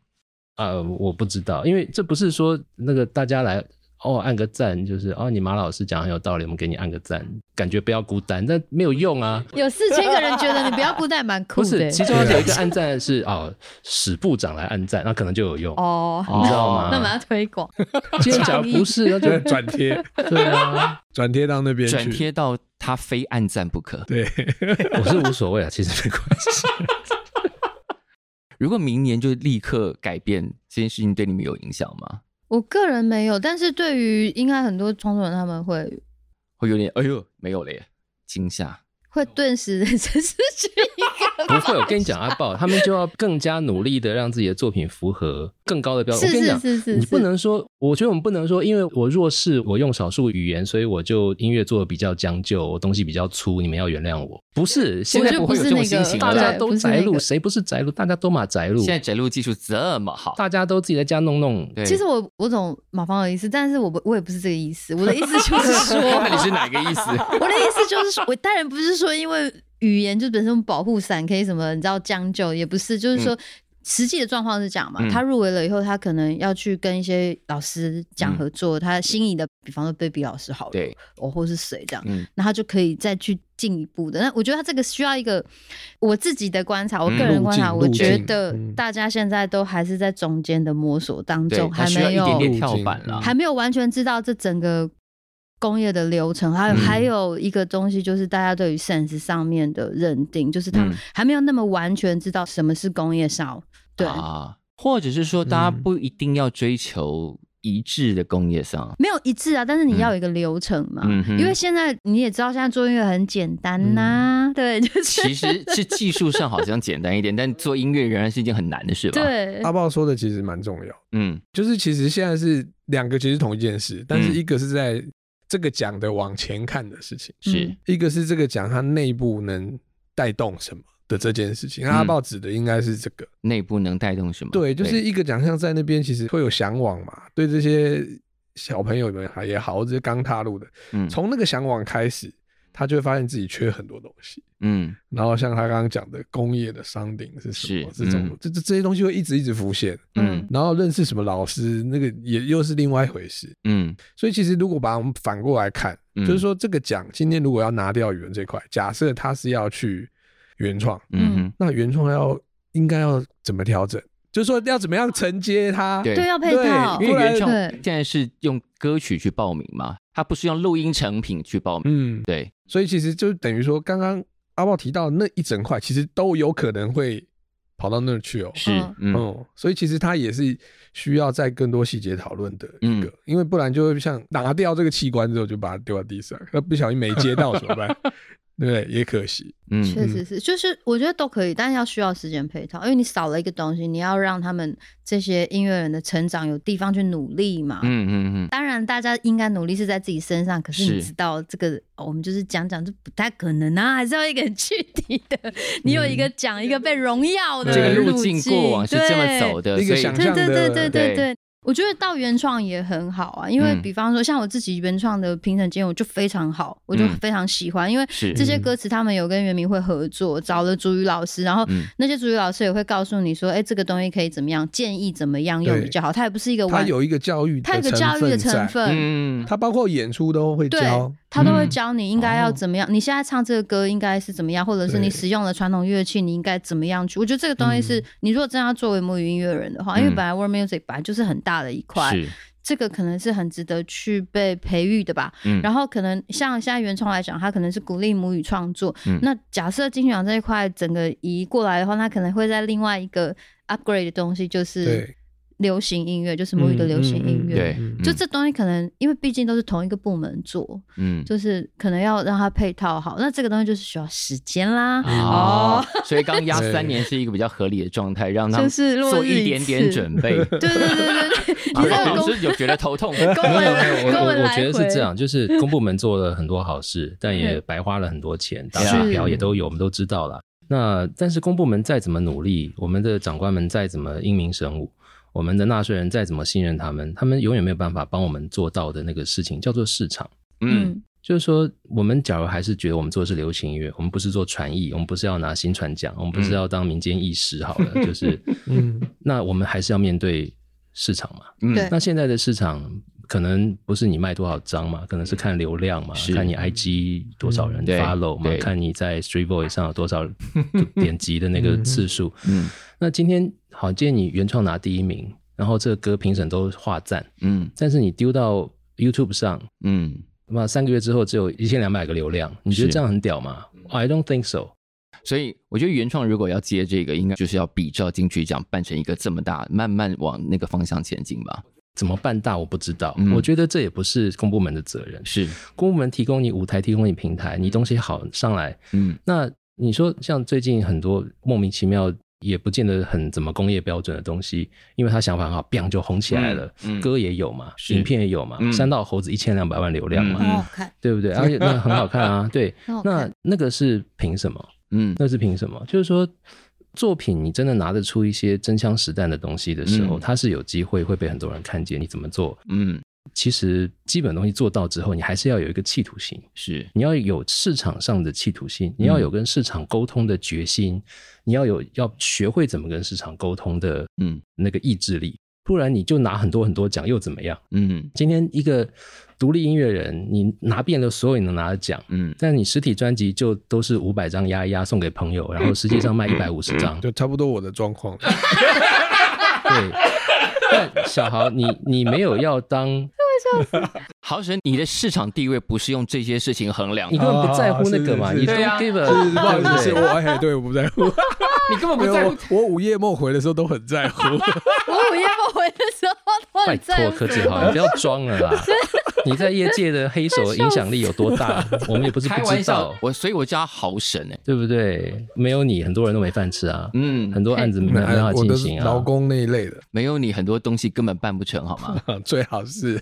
[SPEAKER 3] 呃啊，我不知道，因为这不是说那个大家来哦按个赞，就是哦你马老师讲很有道理，我们给你按个赞，感觉不要孤单，但没有用啊。
[SPEAKER 2] 有四千个人觉得你不要孤单，蛮酷
[SPEAKER 3] 不
[SPEAKER 2] 的
[SPEAKER 3] 是，
[SPEAKER 2] 欸。
[SPEAKER 3] 其中有一个按赞是哦史部长来按赞，那可能就有用。
[SPEAKER 2] 哦，
[SPEAKER 1] 你知道
[SPEAKER 3] 吗
[SPEAKER 2] 那我们要推广，
[SPEAKER 3] 今天假如不是，那就
[SPEAKER 4] 转贴，
[SPEAKER 3] 对啊。
[SPEAKER 4] 转贴到那边
[SPEAKER 1] 转
[SPEAKER 4] 去。
[SPEAKER 1] 贴到他非暗赞不可。
[SPEAKER 4] 对，
[SPEAKER 3] 我是无所谓啊，其实没关系。
[SPEAKER 1] 如果明年就立刻改变这件事情，对你们有影响吗？
[SPEAKER 2] 我个人没有，但是对于应该很多创作人他们会
[SPEAKER 1] 会有点哎呦没有了耶，惊吓。
[SPEAKER 2] 会顿时 真是去一
[SPEAKER 3] 不
[SPEAKER 2] 个
[SPEAKER 3] 会，我跟你讲，啊阿豹他们就要更加努力的让自己的作品符合更高的标准。
[SPEAKER 2] 是
[SPEAKER 3] 我跟你
[SPEAKER 2] 是
[SPEAKER 3] 讲，
[SPEAKER 2] 是是，
[SPEAKER 3] 你不
[SPEAKER 2] 是
[SPEAKER 3] 能说，我觉得我们不能说，因为我弱势，我用少数语言，所以我就音乐做的比较将就，我东西比较粗，你们要原谅我。不是，现在
[SPEAKER 2] 就
[SPEAKER 3] 不
[SPEAKER 2] 不
[SPEAKER 3] 会有
[SPEAKER 2] 是
[SPEAKER 3] 这种
[SPEAKER 2] 那
[SPEAKER 3] 心
[SPEAKER 2] 个
[SPEAKER 3] 情
[SPEAKER 2] 大
[SPEAKER 3] 了，
[SPEAKER 2] 家
[SPEAKER 3] 大家
[SPEAKER 2] 不
[SPEAKER 3] 都
[SPEAKER 2] 是
[SPEAKER 3] 宅
[SPEAKER 2] 那
[SPEAKER 3] 路，
[SPEAKER 2] 个
[SPEAKER 3] 谁不是宅路？大家都嘛宅路
[SPEAKER 1] 现，在宅录技术这么好，
[SPEAKER 3] 大家都自己在家弄弄。
[SPEAKER 1] 对，，
[SPEAKER 2] 其实我我懂马芳的意思，但是我不我也不是这个意思，我的意思就是说
[SPEAKER 1] 看你是哪个意思？
[SPEAKER 2] 我的意思就是说，我当然不是说因为语言就本身有保护伞可以什么，你知道将就也不是，就是说。实际的状况是这样嘛？
[SPEAKER 1] 嗯
[SPEAKER 2] 他入围了以后，他可能要去跟一些老师讲合作，他心仪的，比方说 baby 老师好了，
[SPEAKER 1] 嗯对，
[SPEAKER 2] 哦，或是谁这样，
[SPEAKER 1] 嗯
[SPEAKER 2] 那他就可以再去进一步的。那我觉得他这个需要一个我自己的观察，我
[SPEAKER 1] 嗯
[SPEAKER 2] 个人观察，
[SPEAKER 4] 路
[SPEAKER 2] 我
[SPEAKER 4] 径
[SPEAKER 2] 觉
[SPEAKER 4] 路径
[SPEAKER 2] 得
[SPEAKER 4] 嗯
[SPEAKER 2] 大家现在都还是在中间的摸索当
[SPEAKER 1] 对，
[SPEAKER 2] 中，
[SPEAKER 1] 他
[SPEAKER 2] 还
[SPEAKER 1] 需要
[SPEAKER 2] 没有
[SPEAKER 1] 一点点跳板
[SPEAKER 4] 啊
[SPEAKER 1] 啦。
[SPEAKER 2] 还没有完全知道这整个工业的流程，还有、
[SPEAKER 1] 嗯
[SPEAKER 2] 还有一个东西就是大家对于 sense 上面的认定，就是他们
[SPEAKER 1] 嗯
[SPEAKER 2] 还没有那么完全知道什么是工业烧。对，
[SPEAKER 1] 啊，或者是说大家不一定要追求一致的工业上，
[SPEAKER 2] 没有一致啊，但是你要有一个流程嘛。
[SPEAKER 1] 嗯哼
[SPEAKER 2] 因为现在你也知道，现在做音乐很简单呐、 对，就是
[SPEAKER 1] 其实是技术上好像简单一点，但做音乐仍然是一件很难的事吧？，
[SPEAKER 2] 对
[SPEAKER 4] 阿豹说的其实蛮重要，
[SPEAKER 1] 嗯
[SPEAKER 4] 就是其实现在是两个，其实同一件事，但是
[SPEAKER 1] 嗯
[SPEAKER 4] 一个是在这个奖的往前看的事情，
[SPEAKER 1] 是
[SPEAKER 2] 嗯
[SPEAKER 4] 一个是这个奖它内部能带动什么的这件事情。
[SPEAKER 1] 嗯
[SPEAKER 4] 那阿豹指的应该是这个，
[SPEAKER 1] 内部能带动什么？
[SPEAKER 4] 对，就是一个奖项在那边其实会有向往嘛，对这些小朋友们还也好，或者是刚踏入的，
[SPEAKER 1] 嗯
[SPEAKER 4] 从那个向往开始，他就会发现自己缺很多东西。
[SPEAKER 1] 嗯
[SPEAKER 4] 然后像他刚刚讲的工业的商顶是什么，
[SPEAKER 1] 是
[SPEAKER 4] 这种、
[SPEAKER 1] 嗯
[SPEAKER 4] 这这这些东西会一直一直浮现。
[SPEAKER 1] 嗯
[SPEAKER 2] 嗯
[SPEAKER 4] 然后认识什么老师，那个也又是另外一回事。
[SPEAKER 1] 嗯
[SPEAKER 4] 所以其实如果把我们反过来看，
[SPEAKER 1] 嗯
[SPEAKER 4] 就是说这个奖今天如果要拿掉语文这块，假设他是要去原创，
[SPEAKER 1] 嗯
[SPEAKER 4] 那原创要应该要怎么调整？就是说要怎么样承接它？
[SPEAKER 1] 哼，对
[SPEAKER 2] 对，啊要配
[SPEAKER 4] 对
[SPEAKER 2] 套
[SPEAKER 1] 因为。原创
[SPEAKER 2] 对
[SPEAKER 1] 现在是用歌曲去报名嘛，它不是用录音成品去报名。
[SPEAKER 4] 嗯，
[SPEAKER 1] 对，
[SPEAKER 4] 所以其实就等于说刚刚阿豹提到的那一整块，其实都有可能会跑到那儿去哦。
[SPEAKER 1] 是，嗯
[SPEAKER 4] 嗯，所以其实它也是需要在更多细节讨论的一个，
[SPEAKER 1] 嗯
[SPEAKER 4] 因为不然就会像拿掉这个器官之后就把它丢到地上，那不小心没接到怎么办？ 对不对？也可惜。
[SPEAKER 1] 嗯
[SPEAKER 2] 确实是，就是我觉得都可以，但是要需要时间配套，因为你少了一个东西，你要让他们这些音乐人的成长有地方去努力嘛。
[SPEAKER 1] 嗯嗯嗯，
[SPEAKER 2] 当然，大家应该努力是在自己身上，可是你
[SPEAKER 1] 是
[SPEAKER 2] 知道这个，哦我们就是讲讲，这不太可能啊，还是要一个 很具体的。你有一个讲一个被荣耀
[SPEAKER 1] 嗯
[SPEAKER 2] 的
[SPEAKER 1] 这个
[SPEAKER 2] 路
[SPEAKER 1] 路径过往是这么走
[SPEAKER 2] 的。
[SPEAKER 1] 的，
[SPEAKER 4] 一
[SPEAKER 1] 所
[SPEAKER 4] 个
[SPEAKER 1] 以
[SPEAKER 4] 想
[SPEAKER 2] 对
[SPEAKER 4] 象
[SPEAKER 2] 对对
[SPEAKER 4] 的
[SPEAKER 2] 对
[SPEAKER 1] 对
[SPEAKER 2] 对对，我觉得到原创也很好啊，因为
[SPEAKER 1] 嗯
[SPEAKER 2] 比方说像我自己原创的评审节目就非常好，我就
[SPEAKER 1] 嗯
[SPEAKER 2] 非常喜欢，因为
[SPEAKER 1] 是
[SPEAKER 2] 这些歌词他们有跟袁明会合作，找了主语老师，然后
[SPEAKER 1] 嗯
[SPEAKER 2] 那些主语老师也会告诉你说，哎，这个东西可以怎么样，建议怎么样用
[SPEAKER 4] 对
[SPEAKER 2] 比较好。它也不是一个
[SPEAKER 4] 它
[SPEAKER 2] 完，
[SPEAKER 4] 有一个教育的
[SPEAKER 2] 它有一
[SPEAKER 4] 成
[SPEAKER 2] 个
[SPEAKER 4] 分在，
[SPEAKER 2] 教育的成分，
[SPEAKER 1] 嗯
[SPEAKER 4] 它包括演出都会
[SPEAKER 2] 对
[SPEAKER 4] 教。
[SPEAKER 2] 他都会
[SPEAKER 1] 嗯
[SPEAKER 2] 教你应该要怎么样。你现在唱这个歌应该是怎么样，或者是
[SPEAKER 4] 哦对嗯
[SPEAKER 2] 你使用了传统乐器，你应该怎么样去？我觉得这个东西是、你如果真的要作为母语音乐人的话，因为
[SPEAKER 1] 嗯
[SPEAKER 2] 本来 world music 本来就是很大的一块，
[SPEAKER 1] 是，
[SPEAKER 2] 这个可能是很值得去被培育的吧。
[SPEAKER 1] 嗯
[SPEAKER 2] 然后可能像现在原创来讲，它可能是鼓励母语创作。
[SPEAKER 1] 嗯
[SPEAKER 2] 那假设金曲奖这一块整个移过来的话，它可能会在另外一个 upgrade 的东西，就是
[SPEAKER 4] 对，
[SPEAKER 2] 流行音乐，就是母语的
[SPEAKER 4] 嗯
[SPEAKER 2] 流行
[SPEAKER 4] 嗯
[SPEAKER 2] 音乐。
[SPEAKER 1] 对
[SPEAKER 4] 嗯，
[SPEAKER 2] 就这东西可能，因为毕竟都是同一个部门做，
[SPEAKER 1] 嗯
[SPEAKER 2] 就是可能要让它配套好。那这个东西就是需要时间啦，
[SPEAKER 3] 啊
[SPEAKER 1] 哦
[SPEAKER 2] 哦，
[SPEAKER 1] 所以刚压
[SPEAKER 4] 对
[SPEAKER 1] 三年是一个比较合理的状态，让他们
[SPEAKER 2] 就是落
[SPEAKER 1] 做
[SPEAKER 2] 日
[SPEAKER 1] 一
[SPEAKER 2] 一
[SPEAKER 1] 点点
[SPEAKER 2] 次
[SPEAKER 1] 准备。
[SPEAKER 2] 对对对对对， 你知道
[SPEAKER 3] 啊
[SPEAKER 1] 老
[SPEAKER 2] 公
[SPEAKER 1] 师有觉得头痛，
[SPEAKER 2] 公
[SPEAKER 3] 没有没有，
[SPEAKER 2] 文公
[SPEAKER 3] 我
[SPEAKER 2] 文
[SPEAKER 3] 我我
[SPEAKER 2] 来
[SPEAKER 3] 觉得
[SPEAKER 2] 回
[SPEAKER 3] 是这样，就是 公部门做了很多好事，但也
[SPEAKER 2] 嗯
[SPEAKER 3] 白花了很多钱，打
[SPEAKER 1] 是
[SPEAKER 3] 水漂也都有，我们都知道了。那但是公部门再怎么努力，我们的长官们再怎么英明神武，我们的纳税人再怎么信任他们，他们永远没有办法帮我们做到的那个事情叫做市场。
[SPEAKER 1] 嗯
[SPEAKER 2] 嗯
[SPEAKER 3] 就是说，我们假如还是觉得我们做的是流行音乐，我们不是做传艺，我们不是要拿新传奖，我们不是要当民间艺师，好了，就是
[SPEAKER 4] 嗯，
[SPEAKER 3] 那我们还是要面对市场嘛。
[SPEAKER 1] 嗯
[SPEAKER 2] 对
[SPEAKER 3] 那现在的市场可能不是你卖多少张嘛，可能是看流量嘛，
[SPEAKER 1] 嗯是嗯
[SPEAKER 3] 看你 IG 多少人
[SPEAKER 1] 对
[SPEAKER 3] follow 嘛
[SPEAKER 1] 对，
[SPEAKER 3] 看你在 Street Voice 上有多少点击的那个次数。
[SPEAKER 1] 嗯
[SPEAKER 3] 那今天好，今天你原创拿第一名，然后这个歌评审都画赞，
[SPEAKER 1] 嗯
[SPEAKER 3] 但是你丢到 YouTube 上，
[SPEAKER 1] 嗯，
[SPEAKER 3] 那三个月之后只有一千两百个流量，你觉得
[SPEAKER 1] 是
[SPEAKER 3] 这样很屌吗？I don't think so。
[SPEAKER 1] 所以我觉得原创如果要接这个，应该就是要比照金曲奖办成一个这么大，慢慢往那个方向前进吧。
[SPEAKER 3] 怎么办大我不知道，
[SPEAKER 1] 嗯
[SPEAKER 3] 我觉得这也不是公部门的责任，
[SPEAKER 1] 是，
[SPEAKER 3] 公部门提供你舞台，提供你平台，你东西好上来，
[SPEAKER 1] 嗯
[SPEAKER 3] 那你说像最近很多莫名其妙也不见得很怎么工业标准的东西，因为他想法很好，biang 就红起来了，
[SPEAKER 1] 嗯嗯
[SPEAKER 3] 歌也有嘛，
[SPEAKER 1] 是
[SPEAKER 3] 影片也有嘛，
[SPEAKER 1] 嗯
[SPEAKER 3] 三道猴子一千两百万流量嘛，
[SPEAKER 1] 嗯
[SPEAKER 2] 很好看，
[SPEAKER 3] 对不对？而且那很好看啊，对，
[SPEAKER 2] 很 好
[SPEAKER 3] 那
[SPEAKER 2] 看。
[SPEAKER 3] 那个是凭什么？
[SPEAKER 1] 嗯
[SPEAKER 3] 那是凭什么？就是说。作品你真的拿得出一些真枪实弹的东西的时候，
[SPEAKER 1] 嗯
[SPEAKER 3] 它是有机会会被很多人看见。你怎么做？
[SPEAKER 1] 嗯，
[SPEAKER 3] 其实基本东西做到之后，你还是要有一个企图心。
[SPEAKER 1] 是，
[SPEAKER 3] 你要有市场上的企图心，你要有跟市场沟通的决心，你要有要学会怎么跟市场沟通的
[SPEAKER 1] 嗯
[SPEAKER 3] 那个意志力，不然你就拿很多很多奖又怎么样？
[SPEAKER 1] 嗯
[SPEAKER 3] 今天一个独立音乐人，你拿遍了所有你能拿的奖，
[SPEAKER 1] 嗯，
[SPEAKER 3] 但你实体专辑就都是五百张压一压送给朋友，然后实际上卖一百五十张，
[SPEAKER 4] 就差不多我的状 况。
[SPEAKER 3] 对。但小豪，你你没有要当
[SPEAKER 1] 豪神，你的市场地位不是用这些事情衡量
[SPEAKER 3] 你
[SPEAKER 1] 的，
[SPEAKER 3] 根本不在乎那个
[SPEAKER 4] 啊
[SPEAKER 3] 嘛，
[SPEAKER 4] 是是
[SPEAKER 3] 你
[SPEAKER 4] 是
[SPEAKER 3] don't
[SPEAKER 1] 对啊
[SPEAKER 3] give
[SPEAKER 4] 是，不好
[SPEAKER 3] a，
[SPEAKER 4] 意
[SPEAKER 3] 对
[SPEAKER 4] 思，是
[SPEAKER 3] 不
[SPEAKER 4] 我
[SPEAKER 3] 对？
[SPEAKER 4] 哎，对，我不在乎，
[SPEAKER 1] 你根本
[SPEAKER 4] 没
[SPEAKER 1] 不
[SPEAKER 4] 有
[SPEAKER 1] 在乎
[SPEAKER 4] 我。我午夜梦回的时候都很在 乎，
[SPEAKER 2] 我午夜梦回的时候，都
[SPEAKER 3] 拜
[SPEAKER 2] 很在
[SPEAKER 3] 托
[SPEAKER 2] 乎
[SPEAKER 3] 柯志豪，你不要装了啦！你在业界的黑手影响力有 多大？我们也不是
[SPEAKER 1] 开
[SPEAKER 3] 不
[SPEAKER 1] 玩
[SPEAKER 3] 知
[SPEAKER 1] 笑
[SPEAKER 3] 道，，
[SPEAKER 1] 我所以我叫他豪神哎、
[SPEAKER 3] 对不对？没有你，很多人都没饭吃啊，
[SPEAKER 1] 嗯，
[SPEAKER 3] 很多案子没办法
[SPEAKER 4] 哎我
[SPEAKER 3] 进
[SPEAKER 4] 的
[SPEAKER 3] 行啊。
[SPEAKER 4] 劳工那一类的，
[SPEAKER 1] 没有你很多东西根本办不成，好 吗？
[SPEAKER 4] 啊最 好是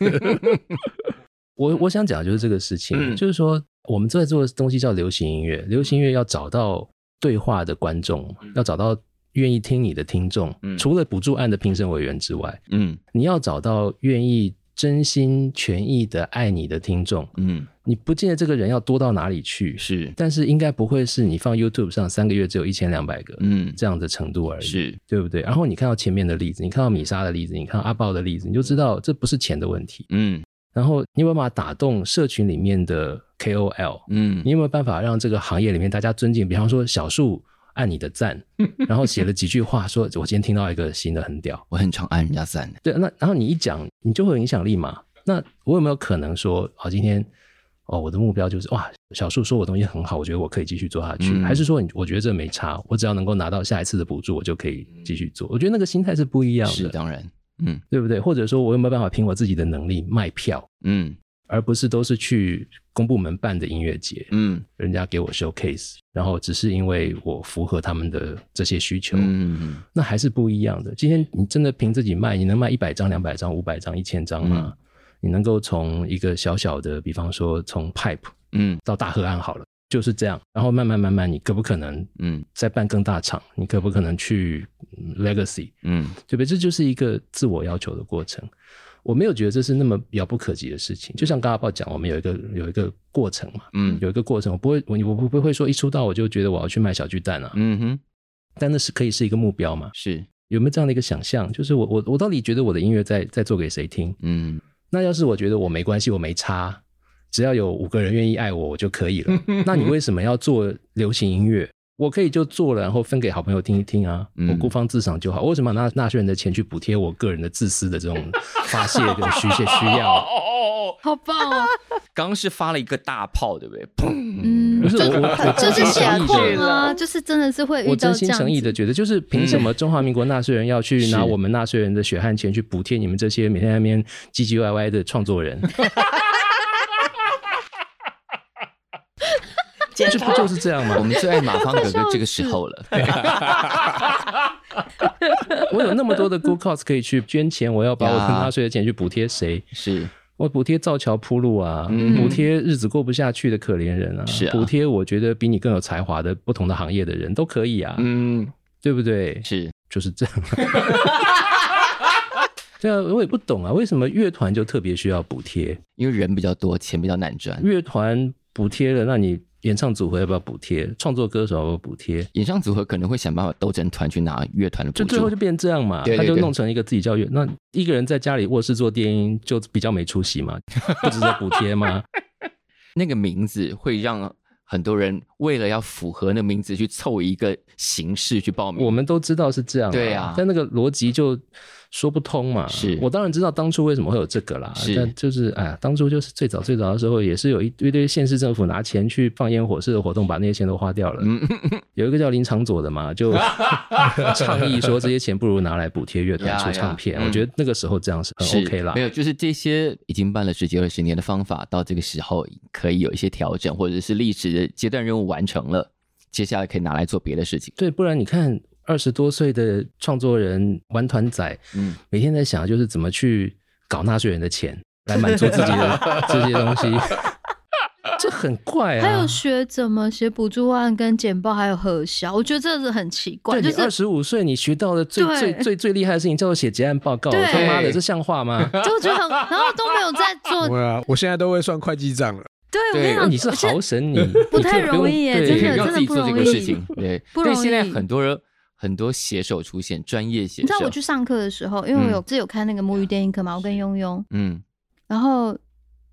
[SPEAKER 3] 我我想讲的就是这个事情，
[SPEAKER 1] 嗯
[SPEAKER 3] 就是说我们在做的东西叫流行音乐，流行音乐要找到对话的观众，要找到愿意听你的听众
[SPEAKER 1] 嗯。
[SPEAKER 3] 除了补助案的评审委员之外，
[SPEAKER 1] 嗯
[SPEAKER 3] 你要找到愿意真心全意的爱你的听众。
[SPEAKER 1] 嗯，
[SPEAKER 3] 你不见得这个人要多到哪里去，
[SPEAKER 1] 是，
[SPEAKER 3] 但是应该不会是你放 YouTube 上三个月只有一千两百个，
[SPEAKER 1] 嗯，
[SPEAKER 3] 这样的程度而已，
[SPEAKER 1] 是，
[SPEAKER 3] 对不对？然后你看到前面的例子，你看到米莎的例子，你看到阿豹的例子，你就知道这不是钱的问题。
[SPEAKER 1] 嗯
[SPEAKER 3] 然后你有没有办法打动社群里面的 KOL？
[SPEAKER 1] 嗯
[SPEAKER 3] 你有没有办法让这个行业里面大家尊敬？比方说小树按你 的赞，然后写了几句话说，我今天听到一个新的很屌。
[SPEAKER 1] 我很常按人家赞的，
[SPEAKER 3] 对，那然后你一讲，你就会有影响力嘛。那我有没有可能说，哦，今天哦，我的目标就是哇，小树说我东西很好，我觉得我可以继续做下去，
[SPEAKER 1] 嗯
[SPEAKER 3] 还是说你我觉得这没差，我只要能够拿到下一次的补助，我就可以继续做？我觉得那个心态是不一样
[SPEAKER 1] 是
[SPEAKER 3] 的，
[SPEAKER 1] 当然，嗯
[SPEAKER 3] 对不对？或者说我有没有办法凭我自己的能力卖票，
[SPEAKER 1] 嗯
[SPEAKER 3] 而不是都是去公部门办的音乐节，
[SPEAKER 1] 嗯
[SPEAKER 3] 人家给我 showcase，然后只是因为我符合他们的这些需求，
[SPEAKER 1] 嗯
[SPEAKER 3] 那还是不一样的。今天你真的凭自己卖，你能卖一百张、两百张、五百张、一千张吗？
[SPEAKER 1] 嗯
[SPEAKER 3] 你能够从一个小小的，比方说从 pipe
[SPEAKER 1] 嗯
[SPEAKER 3] 到大河岸好了，就是这样。然后慢慢慢慢，你可不可能
[SPEAKER 1] 嗯
[SPEAKER 3] 再办更大场？你可不可能去嗯 legacy？
[SPEAKER 1] 嗯
[SPEAKER 3] 对不对？这就是一个自我要求的过程。我没有觉得这是那么遥不可及的事情。就像刚刚爸讲，我们有一个有一个过程嘛，
[SPEAKER 1] 嗯
[SPEAKER 3] 有一个过程。我不会，我我不不会说一出道我就觉得我要去卖小巨蛋啊，
[SPEAKER 1] 嗯哼，
[SPEAKER 3] 但那是可以是一个目标嘛。
[SPEAKER 1] 是，
[SPEAKER 3] 有没有这样的一个想象？就是我我我到底觉得我的音乐在在做给谁听？
[SPEAKER 1] 嗯
[SPEAKER 3] 那要是我觉得我没关系，我没差，只要有五个人愿意爱我，我就可以了。那你为什么要做流行音乐？我可以就做了，然后分给好朋友听一听啊，
[SPEAKER 1] 嗯
[SPEAKER 3] 我孤芳自赏就好。我为什么要拿纳税人的钱去补贴我个人的自私的这种发泄跟需 需要？
[SPEAKER 1] 哦，
[SPEAKER 2] 好棒哦！
[SPEAKER 1] 刚是发了一个大炮，对不对？砰，
[SPEAKER 2] 嗯，
[SPEAKER 3] 不是
[SPEAKER 2] 这
[SPEAKER 3] 我我我
[SPEAKER 2] 这
[SPEAKER 3] 真
[SPEAKER 2] 是
[SPEAKER 3] 心
[SPEAKER 2] 现
[SPEAKER 3] 诚意
[SPEAKER 2] 况
[SPEAKER 3] 的，
[SPEAKER 2] 啊，就是真的是会
[SPEAKER 3] 我
[SPEAKER 2] 遇到
[SPEAKER 3] 真
[SPEAKER 2] 这
[SPEAKER 3] 心
[SPEAKER 2] 样
[SPEAKER 3] 诚意
[SPEAKER 2] 子
[SPEAKER 3] 的觉啊得，就是凭什么中华民国纳税人要去拿
[SPEAKER 1] 是
[SPEAKER 3] 我们纳税人的血汗钱去补贴你们这些每天在那边唧唧歪歪的创作人？
[SPEAKER 5] 检
[SPEAKER 3] 这
[SPEAKER 5] 讨
[SPEAKER 3] 不就是这样吗
[SPEAKER 1] 我？们最爱马芳哥哥这个时候 了，
[SPEAKER 3] 我有那么多的 good cause 可以去捐钱，我要把我
[SPEAKER 1] 呀
[SPEAKER 3] 跟纳税的钱去补贴谁？
[SPEAKER 1] 是，
[SPEAKER 3] 我补贴造桥铺路啊，
[SPEAKER 1] 嗯
[SPEAKER 3] 补贴日子过不下去的可怜人啊，
[SPEAKER 1] 是啊
[SPEAKER 3] 补贴我觉得比你更有才华的不同的行业的人都可以啊，
[SPEAKER 1] 嗯，
[SPEAKER 3] 对不对？
[SPEAKER 1] 是，
[SPEAKER 3] 就是这样。 对啊，我也不懂啊，为什么乐团就特别需要补贴？
[SPEAKER 1] 因为人比较多，钱比较难赚，
[SPEAKER 3] 乐团补贴了，那你演唱组合要不要补贴，创作歌手要不要补贴，
[SPEAKER 1] 演唱组合可能会想办法斗争团去拿乐团的补
[SPEAKER 3] 就最后
[SPEAKER 1] 助
[SPEAKER 3] 就。变这样嘛，
[SPEAKER 1] 对对
[SPEAKER 3] 他就
[SPEAKER 1] 对
[SPEAKER 3] 弄成一个自己教育。那一个人在家里卧室做电音，就比较没出息嘛， 不值得补 贴吗？
[SPEAKER 1] 那个名字会让很多人为了要符合那名字去凑一个形式去报名。
[SPEAKER 3] 我们都知道是这样、
[SPEAKER 1] 对啊
[SPEAKER 3] 但那个逻辑就说不通嘛。
[SPEAKER 1] 是
[SPEAKER 3] 我当然知道当初为什么会有这个啦，
[SPEAKER 1] 是
[SPEAKER 3] 但就是哎呀，当初就是最早最早的时候，也是有一堆堆县市政府拿钱去放烟火式的活动，把那些钱都花掉了。
[SPEAKER 1] 嗯
[SPEAKER 3] 有一个叫林长佐的嘛， 就倡议说这些钱不如拿来补贴乐团
[SPEAKER 1] 呀
[SPEAKER 3] 出唱
[SPEAKER 1] 呀
[SPEAKER 3] 片。
[SPEAKER 1] 嗯
[SPEAKER 3] 我觉得那个时候这样是
[SPEAKER 1] 是
[SPEAKER 3] 很 OK 啦
[SPEAKER 1] 没。有，就是这些已经办了十几二十年的方法，到这个时候可以有一些调整，或者是历史的阶段任务完成了，接下来可以拿来做别的事情。
[SPEAKER 3] 对，不然你看二十多岁的创作人玩团仔，
[SPEAKER 1] 嗯，
[SPEAKER 3] 每天在想就是怎么去搞纳税人的钱来满足自己的这些东西，这很怪
[SPEAKER 2] 还
[SPEAKER 3] 啊
[SPEAKER 2] 有。学怎么写补助案、跟简报，还有核销，我觉得这是很奇怪，
[SPEAKER 3] 对
[SPEAKER 2] 就
[SPEAKER 3] 你二
[SPEAKER 2] 是
[SPEAKER 3] 十五岁，你学到的最
[SPEAKER 2] 对
[SPEAKER 3] 最最最厉害的事情叫做写结案报告，
[SPEAKER 2] 对
[SPEAKER 3] 他妈的这像 话吗？
[SPEAKER 2] 就我觉得很，然后都没有在做。
[SPEAKER 4] 对啊，我现在都会算会计账了。
[SPEAKER 2] 对，我
[SPEAKER 1] 对
[SPEAKER 2] 跟你讲，
[SPEAKER 3] 你是
[SPEAKER 2] 我现在
[SPEAKER 3] 豪神，你
[SPEAKER 2] 不太
[SPEAKER 3] 你就用
[SPEAKER 2] 容易耶
[SPEAKER 3] 对
[SPEAKER 2] 真
[SPEAKER 1] 可
[SPEAKER 2] 的
[SPEAKER 1] 以让
[SPEAKER 2] 真
[SPEAKER 1] 自
[SPEAKER 2] 的
[SPEAKER 1] 己
[SPEAKER 2] 不
[SPEAKER 1] 做这
[SPEAKER 2] 容
[SPEAKER 1] 个
[SPEAKER 2] 易
[SPEAKER 1] 事情，对，
[SPEAKER 2] 不
[SPEAKER 1] 但
[SPEAKER 2] 容
[SPEAKER 1] 现在
[SPEAKER 2] 易
[SPEAKER 1] 很多人很多写手出现，专业写
[SPEAKER 2] 你知道我
[SPEAKER 3] 哦
[SPEAKER 1] 手，
[SPEAKER 2] 去上课的时候，因为我
[SPEAKER 3] 嗯
[SPEAKER 2] 有自己有看那个母语电影课嘛，我跟庸庸，
[SPEAKER 1] 嗯
[SPEAKER 2] 然后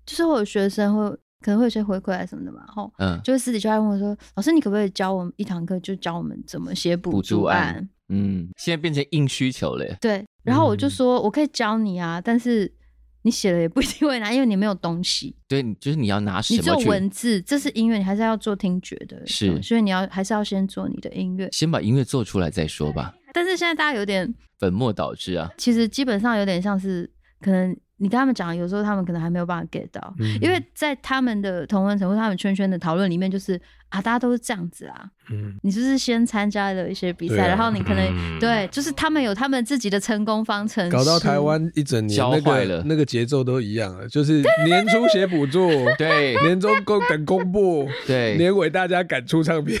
[SPEAKER 2] 就是我有学生会可能会有些回馈啊什么的嘛，然后
[SPEAKER 1] 嗯
[SPEAKER 2] 就是私底下问我说，老师你可不可以教我们一堂课，就教我们怎么写补
[SPEAKER 1] 补助
[SPEAKER 2] 助
[SPEAKER 1] 案嗯，现在变成硬需求了耶，
[SPEAKER 2] 对，然后我就
[SPEAKER 3] 嗯
[SPEAKER 2] 说我可以教你啊，但是你写了也不一定会拿，因为你没有东西，
[SPEAKER 1] 对，你就是你要拿什
[SPEAKER 2] 你
[SPEAKER 1] 么
[SPEAKER 2] 只有
[SPEAKER 1] 去
[SPEAKER 2] 文字，这是音乐，你还是要做听觉的东西，
[SPEAKER 1] 是
[SPEAKER 2] 所以你要还是要先做你的音乐。
[SPEAKER 1] 先把音乐做出来再说吧，
[SPEAKER 2] 但是现在大家有点，
[SPEAKER 1] 本末倒置 啊，
[SPEAKER 2] 其实基本上有点像是可能。你跟他们讲，有时候他们可能还没有办法 get 到，
[SPEAKER 4] 嗯
[SPEAKER 2] 因为在他们的同温层或他们圈圈的讨论里面，就是啊，大家都是这样子啊，
[SPEAKER 4] 嗯，
[SPEAKER 2] 你就是先参加了一些比赛，
[SPEAKER 4] 对啊
[SPEAKER 2] 然后你可能、
[SPEAKER 3] 嗯
[SPEAKER 2] 对，就是他们有他们自己的成功方程式，
[SPEAKER 4] 搞到台湾一整年
[SPEAKER 1] 教
[SPEAKER 4] 那
[SPEAKER 1] 坏
[SPEAKER 4] 个
[SPEAKER 1] 了
[SPEAKER 4] 那个节奏都一样了，就是年初写补助，
[SPEAKER 1] 对
[SPEAKER 4] 年终公等公布，
[SPEAKER 1] 对，
[SPEAKER 4] 年尾大家赶出唱片，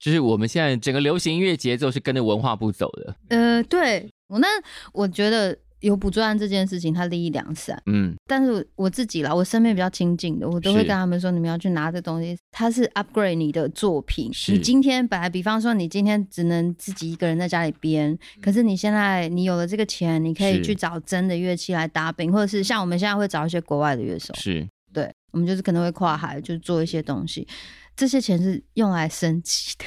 [SPEAKER 1] 就是我们现在整个流行音乐节奏是跟着文化部走的，
[SPEAKER 2] 呃，对我那我觉得有补助案这件事情，它利益良善，
[SPEAKER 1] 嗯，
[SPEAKER 2] 但是我我自己啦，我身边比较亲近的，我都会
[SPEAKER 1] 是
[SPEAKER 2] 跟他们说，你们要去拿这东西，它是 upgrade 你的作品。
[SPEAKER 1] 是
[SPEAKER 2] 你今天本来，比方说你今天只能自己一个人在家里编，可是你现在你有了这个钱，你可以
[SPEAKER 1] 嗯是
[SPEAKER 2] 去找真的乐器来搭饼，或者是像我们现在会找一些国外的乐手，
[SPEAKER 1] 是
[SPEAKER 2] 对我们就是可能会跨海，就是做一些东西，这些钱是用来升级的。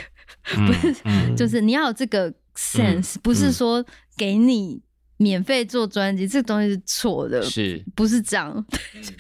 [SPEAKER 3] 不是
[SPEAKER 2] 就是你要有这
[SPEAKER 1] 嗯
[SPEAKER 2] 个 sense，、不是说给你免费做专辑，这个东西是错的，
[SPEAKER 1] 是，
[SPEAKER 2] 不是这样，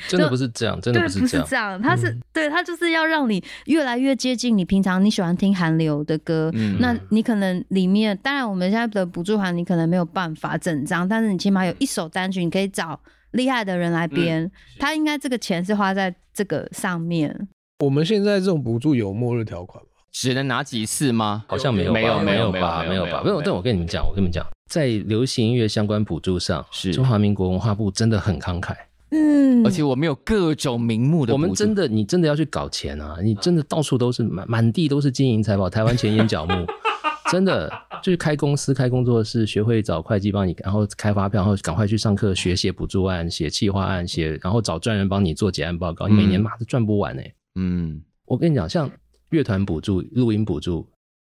[SPEAKER 3] 真的不是这样，真的
[SPEAKER 2] 对，
[SPEAKER 3] 不
[SPEAKER 2] 不
[SPEAKER 3] 是这
[SPEAKER 2] 是
[SPEAKER 3] 样。
[SPEAKER 2] 这样，它是、对，它就是要让你越来越接近你平常你喜欢听韩流的歌。
[SPEAKER 1] 嗯
[SPEAKER 2] 那你可能里面，当然我们现在的补助函你可能没有办法整张，但是你起码有一首单曲，你可以找厉害的人来编。他应该这个钱是花在这个上面，
[SPEAKER 4] 我们现在这种补助有末日条款吗？
[SPEAKER 1] 只能拿几次吗？
[SPEAKER 3] 好像没有吧，
[SPEAKER 1] 没有
[SPEAKER 3] 没
[SPEAKER 1] 没有
[SPEAKER 3] 吧，没
[SPEAKER 1] 没有
[SPEAKER 3] 有
[SPEAKER 1] 没
[SPEAKER 3] 吧。
[SPEAKER 1] 有
[SPEAKER 3] 不是，但我跟你们讲，我跟你们讲，在流行音乐相关补助上，
[SPEAKER 1] 是
[SPEAKER 3] 中华民国文化部真的很慷慨。
[SPEAKER 2] 嗯
[SPEAKER 1] 而且我们有各种名目的，
[SPEAKER 3] 我们真
[SPEAKER 1] 的，
[SPEAKER 3] 的，你真的要去搞钱啊！你真的到处都是满满地都是金银财宝，台湾前眼角目，真的就是开公司、开工作室，学会找会计帮你，然后开发票，然后赶快去上课学写补助案、写企划案、写，然后找专人帮你做结案报告。你每年
[SPEAKER 1] 嗯
[SPEAKER 3] 妈的赚不完哎、
[SPEAKER 1] 嗯，
[SPEAKER 3] 我跟你讲，像乐团补助、录音补助，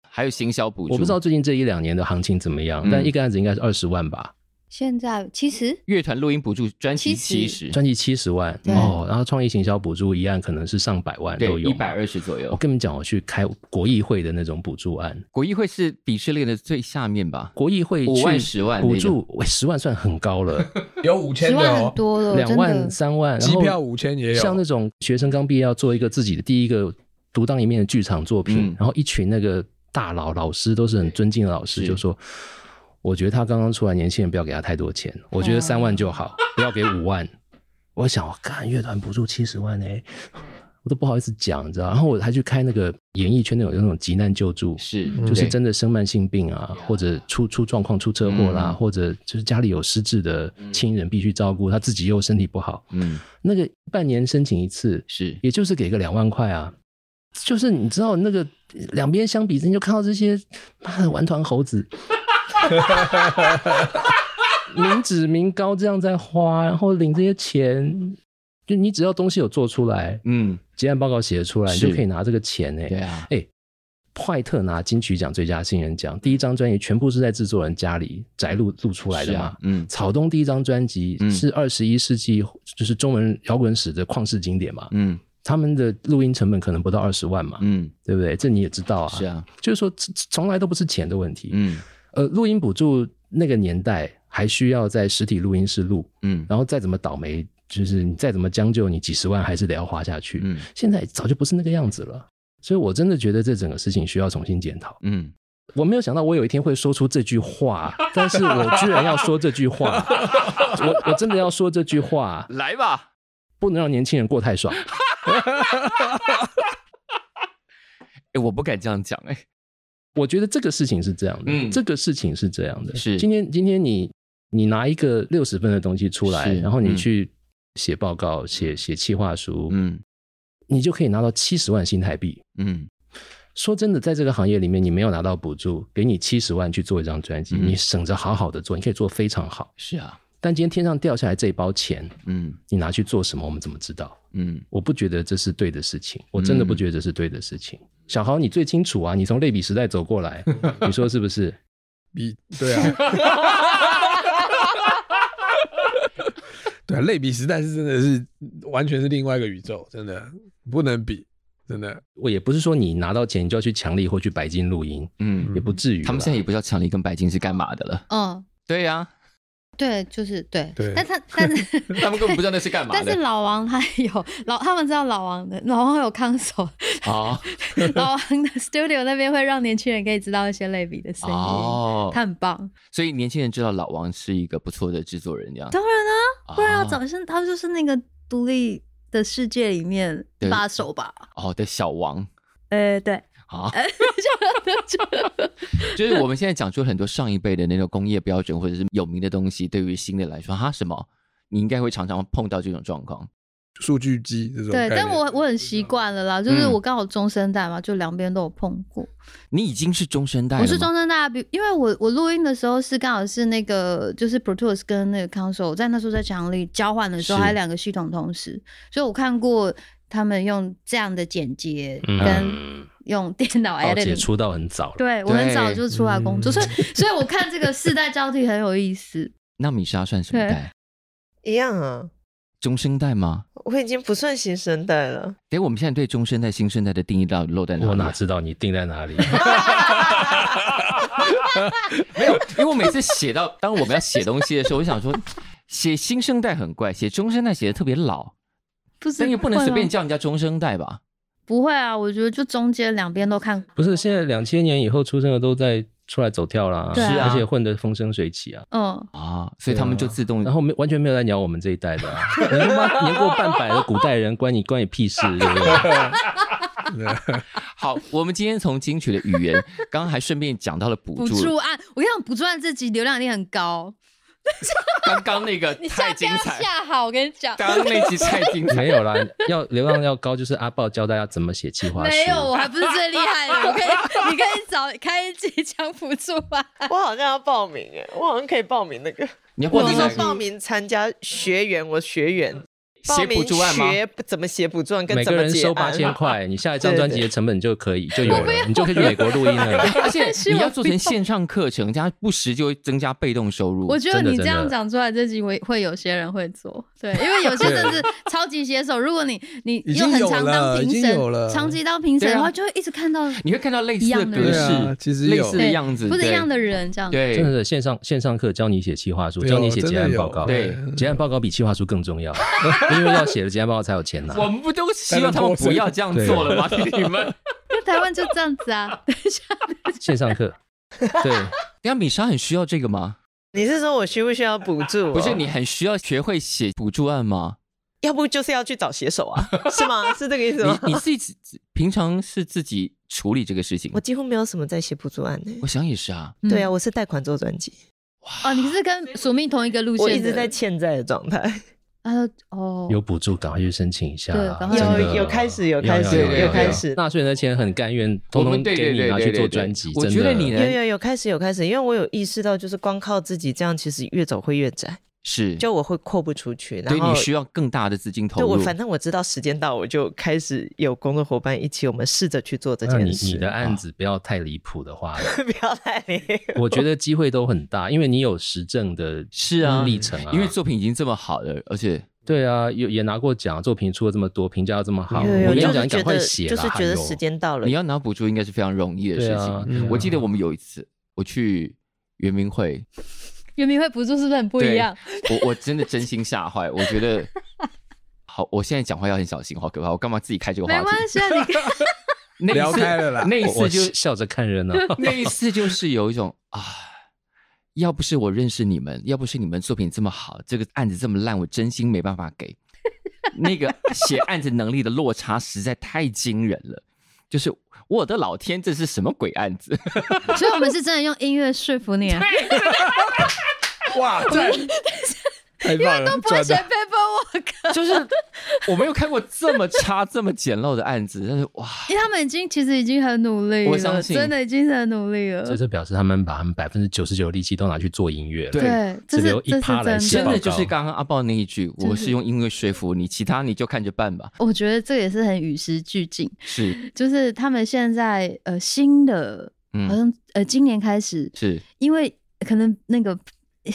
[SPEAKER 1] 还有行销补助，
[SPEAKER 3] 我不知道最近这一两年的行情怎么样，
[SPEAKER 1] 嗯
[SPEAKER 3] 但一个案子应该是二十万吧，
[SPEAKER 2] 现在其实
[SPEAKER 1] 乐团录音补助专辑七
[SPEAKER 2] 70
[SPEAKER 1] 十，
[SPEAKER 3] 专辑七十万
[SPEAKER 2] 对
[SPEAKER 3] 哦，然后创意行销补助一案可能是上百万都
[SPEAKER 1] 对，
[SPEAKER 3] 有，
[SPEAKER 1] 一百二。十左右
[SPEAKER 3] 我。跟你们讲，我去开国议会的那种补助案，
[SPEAKER 1] 国议会是鄙视链的最下面吧？
[SPEAKER 3] 国议会
[SPEAKER 1] 5万
[SPEAKER 3] 去
[SPEAKER 1] 10万
[SPEAKER 3] 补
[SPEAKER 1] 那个
[SPEAKER 3] 助，喂，十万算很高了，
[SPEAKER 4] 有五
[SPEAKER 2] 十万很，多了，
[SPEAKER 3] 两
[SPEAKER 2] 真的
[SPEAKER 3] 万、三万，然
[SPEAKER 4] 机
[SPEAKER 3] 后
[SPEAKER 4] 票五千也有
[SPEAKER 3] 像那种学生刚毕业要做一个自己的第一个独当一面的剧场作品，
[SPEAKER 1] 嗯
[SPEAKER 3] 然后一群那个大佬老师都是很尊敬的老师，
[SPEAKER 1] 是
[SPEAKER 3] 就说。我觉得他刚刚出来，年轻人不要给他太多钱，我
[SPEAKER 2] 啊
[SPEAKER 3] 觉得三万就好，不要给五万。我想，我干乐团补助七十万哎、我都不好意思讲，你知道？然后我还去开那个演艺圈那种那种急难救助，
[SPEAKER 1] 是，
[SPEAKER 3] 就是
[SPEAKER 1] 对
[SPEAKER 3] 真的生慢性病啊，或者出出状况、出车祸啦，
[SPEAKER 1] 嗯
[SPEAKER 3] 或者就是家里有失智的亲人必须照顾，他自己又身体不好，
[SPEAKER 1] 嗯，
[SPEAKER 3] 那个半年申请一次，
[SPEAKER 1] 是
[SPEAKER 3] 也就是给个两万块啊。就是你知道那个两边相比，你就看到这些妈的玩团猴子，民脂民膏这样在花，然后领这些钱，就你只要东西有做出来，
[SPEAKER 1] 嗯，
[SPEAKER 3] 结案报告写得出来，你就是可以拿这个钱哎、
[SPEAKER 1] 对啊，
[SPEAKER 3] 坏特拿金曲奖最佳新人奖，第一张专辑全部是在制作人家里宅录录出来
[SPEAKER 1] 是
[SPEAKER 3] 的嘛。
[SPEAKER 1] 啊，嗯，
[SPEAKER 3] 草东第一张专辑
[SPEAKER 1] 嗯
[SPEAKER 3] 是二十一世纪就是中文摇滚史的旷世经典嘛，
[SPEAKER 1] 嗯
[SPEAKER 3] 他们的录音成本可能不到二十万嘛，
[SPEAKER 1] 嗯，
[SPEAKER 3] 对不对？这你也知道啊，
[SPEAKER 1] 是啊，
[SPEAKER 3] 就是说这这从来都不是钱的问题。
[SPEAKER 1] 嗯
[SPEAKER 3] 呃，录音补助那个年代还需要在实体录音室录，
[SPEAKER 1] 嗯
[SPEAKER 3] 然后再怎么倒霉，就是你再怎么将就，你几十万还是得要花下去。
[SPEAKER 1] 嗯
[SPEAKER 3] 现在早就不是那个样子了，所以我真的觉得这整个事情需要重新检讨。
[SPEAKER 1] 嗯，
[SPEAKER 3] 我没有想到我有一天会说出这句话，但是我居然要说这句话，我我真的要说这句话，
[SPEAKER 1] 来吧。
[SPEAKER 3] 不能让年轻人过太爽。
[SPEAKER 1] 哎、我不敢这样讲哎、
[SPEAKER 3] 我觉得这个事情是这样的，
[SPEAKER 1] 嗯
[SPEAKER 3] 这个事情是这样的。
[SPEAKER 1] 是
[SPEAKER 3] 今天今天你你拿一个六十分的东西出来，
[SPEAKER 1] 是
[SPEAKER 3] 然后你
[SPEAKER 1] 嗯
[SPEAKER 3] 去写报告、写写企划书，
[SPEAKER 1] 嗯
[SPEAKER 3] 你就可以拿到七十万新台币。
[SPEAKER 1] 嗯
[SPEAKER 3] 说真的，在这个行业里面，你没有拿到补助，给你七十万去做一张专辑，
[SPEAKER 1] 嗯
[SPEAKER 3] 你省着好好的做，你可以做非常好。
[SPEAKER 1] 是啊，
[SPEAKER 3] 但今天天上掉下来这一包钱，
[SPEAKER 1] 嗯
[SPEAKER 3] 你拿去做什么？我们怎么知道？
[SPEAKER 1] 嗯
[SPEAKER 3] 我不觉得这是对的事情，我真的不觉得这是对的事情。小豪，你最清楚啊，你从类比时代走过来，你说是不是？
[SPEAKER 4] 比对啊，对啊，类比时代是真的是完全是另外一个宇宙，真的不能比，真的。
[SPEAKER 3] 我也不是说你拿到钱你就要去强力或去白金录音，
[SPEAKER 1] 嗯，
[SPEAKER 3] 也不至于啦。
[SPEAKER 1] 他们现在也不知道强力跟白金是干嘛的了。
[SPEAKER 2] 嗯，
[SPEAKER 1] 对啊呀、
[SPEAKER 2] 对，就是对，
[SPEAKER 4] 对
[SPEAKER 2] 但他但是
[SPEAKER 1] 他们根本不知道那是干嘛
[SPEAKER 2] 但是
[SPEAKER 1] 的
[SPEAKER 2] 老王他有老，他们知道老王的，老王有康手，
[SPEAKER 1] 啊
[SPEAKER 2] 老王的 studio 那边会让年轻人可以知道一些类比的声音，
[SPEAKER 1] 哦，
[SPEAKER 2] 他很棒。
[SPEAKER 1] 所以年轻人知道老王是一个不错的制作人，这样
[SPEAKER 2] 当然啊，不然要
[SPEAKER 1] 哦
[SPEAKER 2] 早先他们就是那个独立的世界里面
[SPEAKER 1] 对
[SPEAKER 2] 把手吧？
[SPEAKER 1] 哦的小王
[SPEAKER 2] 呃，对，
[SPEAKER 1] 啊，
[SPEAKER 2] 就
[SPEAKER 1] 就是我们现在讲出很多上一辈的那种工业标准或者是有名的东西，对于新的来说，哈什么，你应该会常常碰到这种状况。
[SPEAKER 4] 数据机这种 概
[SPEAKER 2] 对，
[SPEAKER 4] 念，
[SPEAKER 2] 但我我很习惯了啦，就是
[SPEAKER 1] 嗯
[SPEAKER 2] 我刚好中生代嘛，就两边都有碰过。
[SPEAKER 1] 你已经是中生代了
[SPEAKER 2] 我
[SPEAKER 1] 吗，
[SPEAKER 2] 是中生代，啊比因为我我录音的时候是刚好是那个就是 Pro Tools 跟那个 Console，我在那时候在强力交换的时候，
[SPEAKER 1] 是
[SPEAKER 2] 还有两个系统同时，所以我看过他们用这样的剪接跟
[SPEAKER 3] 嗯，
[SPEAKER 2] 用 电脑
[SPEAKER 3] 而且
[SPEAKER 2] edit。
[SPEAKER 3] 出道很早了，
[SPEAKER 2] 对，我很早
[SPEAKER 1] 对
[SPEAKER 2] 就出来工作，
[SPEAKER 4] 嗯
[SPEAKER 2] 所以所以我看这个世代交替很有意思。
[SPEAKER 1] 那米莎算什么
[SPEAKER 2] 对
[SPEAKER 1] 代？
[SPEAKER 5] 一样啊。
[SPEAKER 1] 中生代吗？
[SPEAKER 5] 我已经不算新生代了，
[SPEAKER 1] 给我们现在对中生代、新生代的定义到底落在哪里？啊
[SPEAKER 3] 我哪知道你定 在哪里？
[SPEAKER 1] 没有，因为我每次写到，当我们要写东西的时候，我就想说，写新生代很怪，写中生代写的特别老，
[SPEAKER 2] 不是，
[SPEAKER 1] 但也不能随便
[SPEAKER 2] 会吗
[SPEAKER 1] 叫人家中生代吧？
[SPEAKER 2] 不会啊，我觉得就中间两边都看。
[SPEAKER 3] 不是，现在两千年以后出生的都在出来走跳啦，
[SPEAKER 2] 对啊是啊
[SPEAKER 3] 而且混得风生水起啊，
[SPEAKER 2] 嗯，
[SPEAKER 1] 啊，所以他们就自动，
[SPEAKER 3] 然后没完全没有来鸟我们这一代的、啊，你他妈年过半百的古代人，关你关你屁事，对不对？
[SPEAKER 1] 好，我们今天从金曲的语言，刚刚还顺便讲到了补
[SPEAKER 2] 补助
[SPEAKER 1] 助，
[SPEAKER 2] 案，啊我跟你讲，补助案这集流量一定很高，
[SPEAKER 1] 刚刚那个
[SPEAKER 2] 你
[SPEAKER 1] 太
[SPEAKER 2] 下
[SPEAKER 1] 精
[SPEAKER 2] 标
[SPEAKER 1] 彩，
[SPEAKER 2] 下好，我跟你讲，
[SPEAKER 1] 刚刚那集太精彩，
[SPEAKER 3] 没有啦，要流量要高，就是阿豹教大家怎么写企划书。
[SPEAKER 2] 没有，我还不是最厉害的。我可以，你可以找开一集讲啊辅助吧。
[SPEAKER 5] 我好像要报名哎，我好像可以报名那个，
[SPEAKER 1] 你要
[SPEAKER 5] 我
[SPEAKER 1] 报
[SPEAKER 5] 是
[SPEAKER 1] 名
[SPEAKER 5] 说
[SPEAKER 1] 来
[SPEAKER 5] 报名参加学员，我学员报
[SPEAKER 1] 写补
[SPEAKER 5] 名
[SPEAKER 1] 助案吗？
[SPEAKER 5] 学怎么写补助案跟
[SPEAKER 3] 每
[SPEAKER 5] 怎
[SPEAKER 3] 个
[SPEAKER 5] 么
[SPEAKER 3] 人
[SPEAKER 5] 结
[SPEAKER 3] 收
[SPEAKER 5] 案，
[SPEAKER 3] 八千块，你下一张专辑的成本就可以就有了，你就可以去美国录音了。
[SPEAKER 1] 而且
[SPEAKER 2] 是
[SPEAKER 1] 你
[SPEAKER 2] 我
[SPEAKER 1] 要做成线上课程，这样不时就会增加被动收入。
[SPEAKER 2] 我觉得你这
[SPEAKER 3] 真
[SPEAKER 2] 样
[SPEAKER 3] 的
[SPEAKER 2] 讲出来，这集我会有些人会做，对，因为有些甚至超级写手，如果你你
[SPEAKER 4] 已
[SPEAKER 2] 又
[SPEAKER 4] 经
[SPEAKER 2] 很
[SPEAKER 4] 有
[SPEAKER 2] 常当
[SPEAKER 4] 了已
[SPEAKER 2] 评
[SPEAKER 4] 经有
[SPEAKER 2] 审，
[SPEAKER 4] 了
[SPEAKER 2] 长期当评审
[SPEAKER 1] 对啊
[SPEAKER 2] 的话，就会一直看到
[SPEAKER 1] 你会看到类似
[SPEAKER 2] 一样的
[SPEAKER 1] 格
[SPEAKER 4] 人对啊
[SPEAKER 1] 式，
[SPEAKER 4] 其实有
[SPEAKER 1] 类似的
[SPEAKER 2] 对
[SPEAKER 1] 样子，
[SPEAKER 2] 不是一
[SPEAKER 1] 对
[SPEAKER 2] 样的人这样。
[SPEAKER 1] 对，
[SPEAKER 3] 真的是线上线上课教你写企划书，教你写结案报告。
[SPEAKER 1] 对
[SPEAKER 3] 结案报告比企划书更重要，因为要写了结案报告才有钱拿。
[SPEAKER 1] 我们不都希望他们不要这样做了吗？你们，
[SPEAKER 2] 那台湾就这样子啊， 等一下，
[SPEAKER 3] 线上课，对，
[SPEAKER 1] 那米莎很需要这个吗？
[SPEAKER 5] 你是说我需不需要补助哦、
[SPEAKER 1] 不是，你很需要学会写补助案吗？
[SPEAKER 5] 要不就是要去找写手啊，是吗？是这个意思吗？
[SPEAKER 1] 你你自己平常是自己处理这个事情
[SPEAKER 5] 我？几乎没有什么在写补助案呢、
[SPEAKER 1] 我想也是啊，
[SPEAKER 2] 嗯
[SPEAKER 5] 对啊，，我是贷款做专辑，
[SPEAKER 2] 哦，你是跟署命同一个路线
[SPEAKER 5] 我
[SPEAKER 2] 的，
[SPEAKER 5] 一直在欠债的状态。
[SPEAKER 2] 啊，哦，
[SPEAKER 3] 有补助赶快去申请一下
[SPEAKER 2] 对赶
[SPEAKER 3] 啊。
[SPEAKER 2] 快
[SPEAKER 3] 真的
[SPEAKER 5] 有有开始有开始
[SPEAKER 3] 要要要
[SPEAKER 1] 有
[SPEAKER 3] 要
[SPEAKER 1] 开
[SPEAKER 3] 要
[SPEAKER 5] 始
[SPEAKER 3] 纳税人的钱很甘愿，
[SPEAKER 1] 我
[SPEAKER 3] 通
[SPEAKER 1] 们
[SPEAKER 3] 通
[SPEAKER 1] 对
[SPEAKER 3] 给
[SPEAKER 1] 对
[SPEAKER 3] 你
[SPEAKER 1] 对
[SPEAKER 3] 拿
[SPEAKER 1] 对
[SPEAKER 3] 去
[SPEAKER 1] 对
[SPEAKER 3] 做
[SPEAKER 1] 对，
[SPEAKER 3] 专辑。
[SPEAKER 1] 我
[SPEAKER 3] 真
[SPEAKER 1] 觉得
[SPEAKER 3] 的
[SPEAKER 1] 你
[SPEAKER 5] 有
[SPEAKER 1] 能
[SPEAKER 5] 有有开始有开始，因为我有意识到，就是光靠自己这样，其实越走会越窄。
[SPEAKER 1] 是，
[SPEAKER 5] 就我会扩不出去，然
[SPEAKER 1] 嗯对
[SPEAKER 5] 后
[SPEAKER 1] 你需要更大的资金投
[SPEAKER 5] 对
[SPEAKER 1] 入。
[SPEAKER 5] 我反正我知道时间到，我就开始有工作伙伴一起，我们试着去做这
[SPEAKER 3] 那你
[SPEAKER 5] 件
[SPEAKER 3] 你
[SPEAKER 5] 事。
[SPEAKER 3] 的案子不要太离谱的 话，
[SPEAKER 5] 不要太离谱
[SPEAKER 3] 我觉得机会都很大，因为你有实证的
[SPEAKER 1] 是啊
[SPEAKER 3] 历程啊，
[SPEAKER 1] 因为作品已经这么好了，而且
[SPEAKER 3] 对啊，有也拿过奖，作品出了这么多，评价又这么好，
[SPEAKER 5] 有
[SPEAKER 3] 哦我
[SPEAKER 5] 有
[SPEAKER 3] 跟你
[SPEAKER 5] 就
[SPEAKER 3] 讲，
[SPEAKER 5] 是
[SPEAKER 3] 你赶
[SPEAKER 5] 觉
[SPEAKER 3] 快
[SPEAKER 5] 得
[SPEAKER 3] 写啦
[SPEAKER 5] 就是觉
[SPEAKER 3] 哎
[SPEAKER 5] 得
[SPEAKER 3] 呦
[SPEAKER 5] 时间到了
[SPEAKER 1] 你，要拿补助应该是非常容易的事
[SPEAKER 3] 对
[SPEAKER 1] 情。
[SPEAKER 3] 啊
[SPEAKER 4] 对啊
[SPEAKER 1] 我记得我们有一次，我去圆明会，
[SPEAKER 2] 圆明会补助是不是很不一
[SPEAKER 1] 对
[SPEAKER 2] 样？
[SPEAKER 1] 我我真的真心吓坏，我觉得好，我现在讲话要很小心，好可怕，我干嘛自己开这个话
[SPEAKER 2] 没
[SPEAKER 1] 题？
[SPEAKER 2] 关系啊，你看
[SPEAKER 1] 那一次
[SPEAKER 4] 聊开 了啦
[SPEAKER 1] 那一
[SPEAKER 3] 我
[SPEAKER 1] 次
[SPEAKER 3] 我
[SPEAKER 1] 就
[SPEAKER 3] 笑着看 啊热闹，
[SPEAKER 1] 那一次就是有一种啊，要不是我认识你们，要不是你们作品这么好，这个案子这么烂，我真心没办法 给。那个写案子能力的落差实在太惊人了，就是我的老天，这是什么鬼案 子？
[SPEAKER 2] 所以我们是真的用音乐说服你啊，
[SPEAKER 4] 哇，赞！太棒了，
[SPEAKER 2] 不会
[SPEAKER 4] 赚
[SPEAKER 2] 写
[SPEAKER 4] 到！
[SPEAKER 2] paperwork，
[SPEAKER 1] 就是我没有看过这么差、这么简陋的案子，但是哇，
[SPEAKER 2] 因为他们已经其实已经很努力
[SPEAKER 1] 我
[SPEAKER 2] 了，
[SPEAKER 1] 相信
[SPEAKER 2] 真的已经很努力了
[SPEAKER 3] 这。就表示他们把他们百分之九十九的力气都拿去做音乐了。
[SPEAKER 1] 对
[SPEAKER 2] 对，这
[SPEAKER 3] 只
[SPEAKER 2] 是
[SPEAKER 3] 留一
[SPEAKER 2] 这
[SPEAKER 3] 趴来
[SPEAKER 2] 是
[SPEAKER 3] 写
[SPEAKER 2] 真
[SPEAKER 1] 真
[SPEAKER 3] 报
[SPEAKER 2] 的
[SPEAKER 1] 的
[SPEAKER 3] 告。
[SPEAKER 1] 就是刚刚阿豹那一句，
[SPEAKER 2] 是
[SPEAKER 1] 我是用音乐说服你，其他你就看着办吧。
[SPEAKER 2] 我觉得这也是很与时俱进，
[SPEAKER 1] 是，
[SPEAKER 2] 就是他们现在呃新的，好
[SPEAKER 1] 嗯，
[SPEAKER 2] 像呃今年开始，
[SPEAKER 1] 是
[SPEAKER 2] 因为可能那个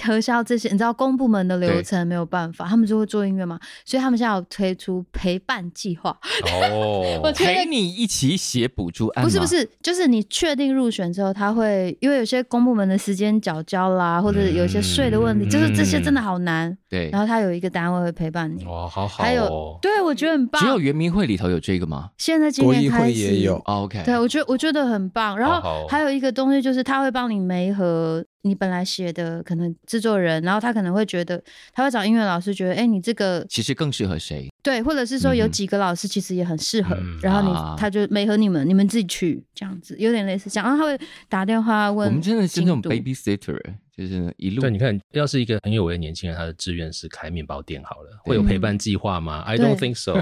[SPEAKER 2] 核销这些，你知道公部门的流程没有办法，他们就会做音乐嘛，所以他们现在有推出陪伴计划，
[SPEAKER 3] 哦，
[SPEAKER 2] 觉得
[SPEAKER 1] 陪你一起写补助案吗，
[SPEAKER 2] 不是不是，就是你确定入选之后，他会因为有些公部门的时间缴交啦，或者有一些税的问题，就是这些真的好难，
[SPEAKER 1] 对，
[SPEAKER 2] 然后他有一个单位会陪伴你，
[SPEAKER 3] 哇，好好
[SPEAKER 2] 还有
[SPEAKER 3] 哦。
[SPEAKER 2] 对我觉得很
[SPEAKER 1] 只有
[SPEAKER 2] 棒，
[SPEAKER 1] 圆明会里头有这个吗
[SPEAKER 2] 现在今
[SPEAKER 4] 国
[SPEAKER 2] 年
[SPEAKER 4] 议
[SPEAKER 2] 开
[SPEAKER 4] 会
[SPEAKER 2] 始
[SPEAKER 4] 也有，
[SPEAKER 1] 哦？OK，
[SPEAKER 2] 对，我觉得我觉得很棒。然
[SPEAKER 3] 好好
[SPEAKER 2] 后
[SPEAKER 3] 哦
[SPEAKER 2] 还有一个东西就是，他会帮你媒合你本来写的可能制作人，然后他可能会觉得，他会找音乐老师觉得，哎，你这个
[SPEAKER 1] 其实更适合谁？
[SPEAKER 2] 对，或者是说有
[SPEAKER 1] 嗯
[SPEAKER 2] 几个老师其实也很适合，
[SPEAKER 3] 嗯
[SPEAKER 2] 然后你、
[SPEAKER 1] 啊
[SPEAKER 2] 他就媒合你们，你们自己去这样子，有点类似这样。然后他会打电话问，
[SPEAKER 1] 我们真的是那种
[SPEAKER 2] 进度
[SPEAKER 1] babysitter，就是一路
[SPEAKER 3] 对，你看，要是一个很有为的年轻人，他的志愿是开面包店好了，会有陪伴计划吗？I don't
[SPEAKER 2] 对
[SPEAKER 3] think so。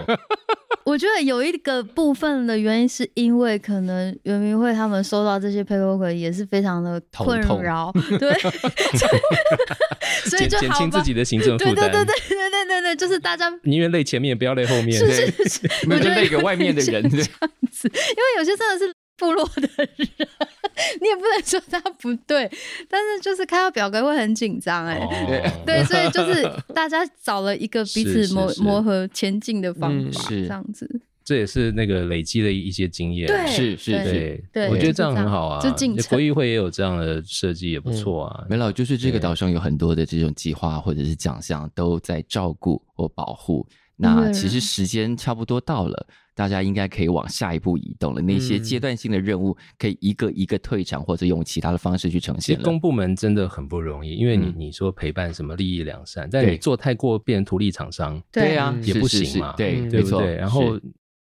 [SPEAKER 2] 我觉得有一个部分的原因是因为可能圆明会他们收到这些 paperwork 也是非常的
[SPEAKER 1] 头
[SPEAKER 2] 困
[SPEAKER 1] 痛
[SPEAKER 2] 扰，对， 所以所以
[SPEAKER 3] 减
[SPEAKER 2] 就
[SPEAKER 3] 减
[SPEAKER 2] 好
[SPEAKER 3] 轻
[SPEAKER 2] 吧
[SPEAKER 3] 自己的行政负
[SPEAKER 2] 对
[SPEAKER 3] 担。
[SPEAKER 2] 对对对对对对对，就是大家
[SPEAKER 3] 宁愿累前面，不要累后面。
[SPEAKER 2] 是是是是，
[SPEAKER 1] 没
[SPEAKER 2] 我
[SPEAKER 1] 有
[SPEAKER 2] 觉
[SPEAKER 1] 就
[SPEAKER 2] 得
[SPEAKER 1] 累给外面的人
[SPEAKER 2] 有点
[SPEAKER 1] 对
[SPEAKER 2] 像这样子，因为有些真的是部落的人，你也不能说他不对，但是就是看到表格会很紧张哎、
[SPEAKER 3] 哦，
[SPEAKER 2] 对，所以就是大家找了一个彼
[SPEAKER 3] 是
[SPEAKER 2] 此
[SPEAKER 3] 是
[SPEAKER 2] 磨
[SPEAKER 3] 是
[SPEAKER 2] 磨合前进的方
[SPEAKER 4] 嗯
[SPEAKER 2] 法，
[SPEAKER 1] 是
[SPEAKER 2] 这样子。
[SPEAKER 3] 这也是那个累积了一些经验。
[SPEAKER 2] 对
[SPEAKER 1] 是是
[SPEAKER 2] 对
[SPEAKER 1] 是，
[SPEAKER 3] 对，
[SPEAKER 2] 对
[SPEAKER 3] 我
[SPEAKER 2] 就
[SPEAKER 3] 觉得
[SPEAKER 2] 是
[SPEAKER 3] 这样
[SPEAKER 2] 这样
[SPEAKER 3] 很好啊。
[SPEAKER 2] 就进程嗯
[SPEAKER 3] 国议会也有这样的设计，也不错啊。
[SPEAKER 1] 没有，就是这个
[SPEAKER 3] 对
[SPEAKER 1] 岛上有很多的这种计划或者是奖项都在照顾或保护。
[SPEAKER 2] 音乐
[SPEAKER 1] 那
[SPEAKER 2] 人
[SPEAKER 1] 其实时间差不多到了，大家应该可以往下一步移动了。那些
[SPEAKER 4] 嗯
[SPEAKER 1] 阶段性的任务可以一个一个退场，或者用其他的方式去呈
[SPEAKER 3] 其
[SPEAKER 1] 现
[SPEAKER 3] 实
[SPEAKER 1] 了。
[SPEAKER 3] 公部门真的很不容易，因为你
[SPEAKER 1] 嗯
[SPEAKER 3] 你说陪伴什么利益良善，但你
[SPEAKER 1] 对
[SPEAKER 3] 做太过变成图利厂商
[SPEAKER 1] 对
[SPEAKER 2] 啊，
[SPEAKER 1] 啊，
[SPEAKER 4] 嗯
[SPEAKER 3] 也
[SPEAKER 1] 是
[SPEAKER 3] 不
[SPEAKER 1] 是
[SPEAKER 3] 行
[SPEAKER 1] 是
[SPEAKER 3] 嘛，
[SPEAKER 1] 对，
[SPEAKER 4] 嗯
[SPEAKER 3] 对
[SPEAKER 1] 没
[SPEAKER 3] 不
[SPEAKER 1] 错。
[SPEAKER 3] 对？然后
[SPEAKER 1] 是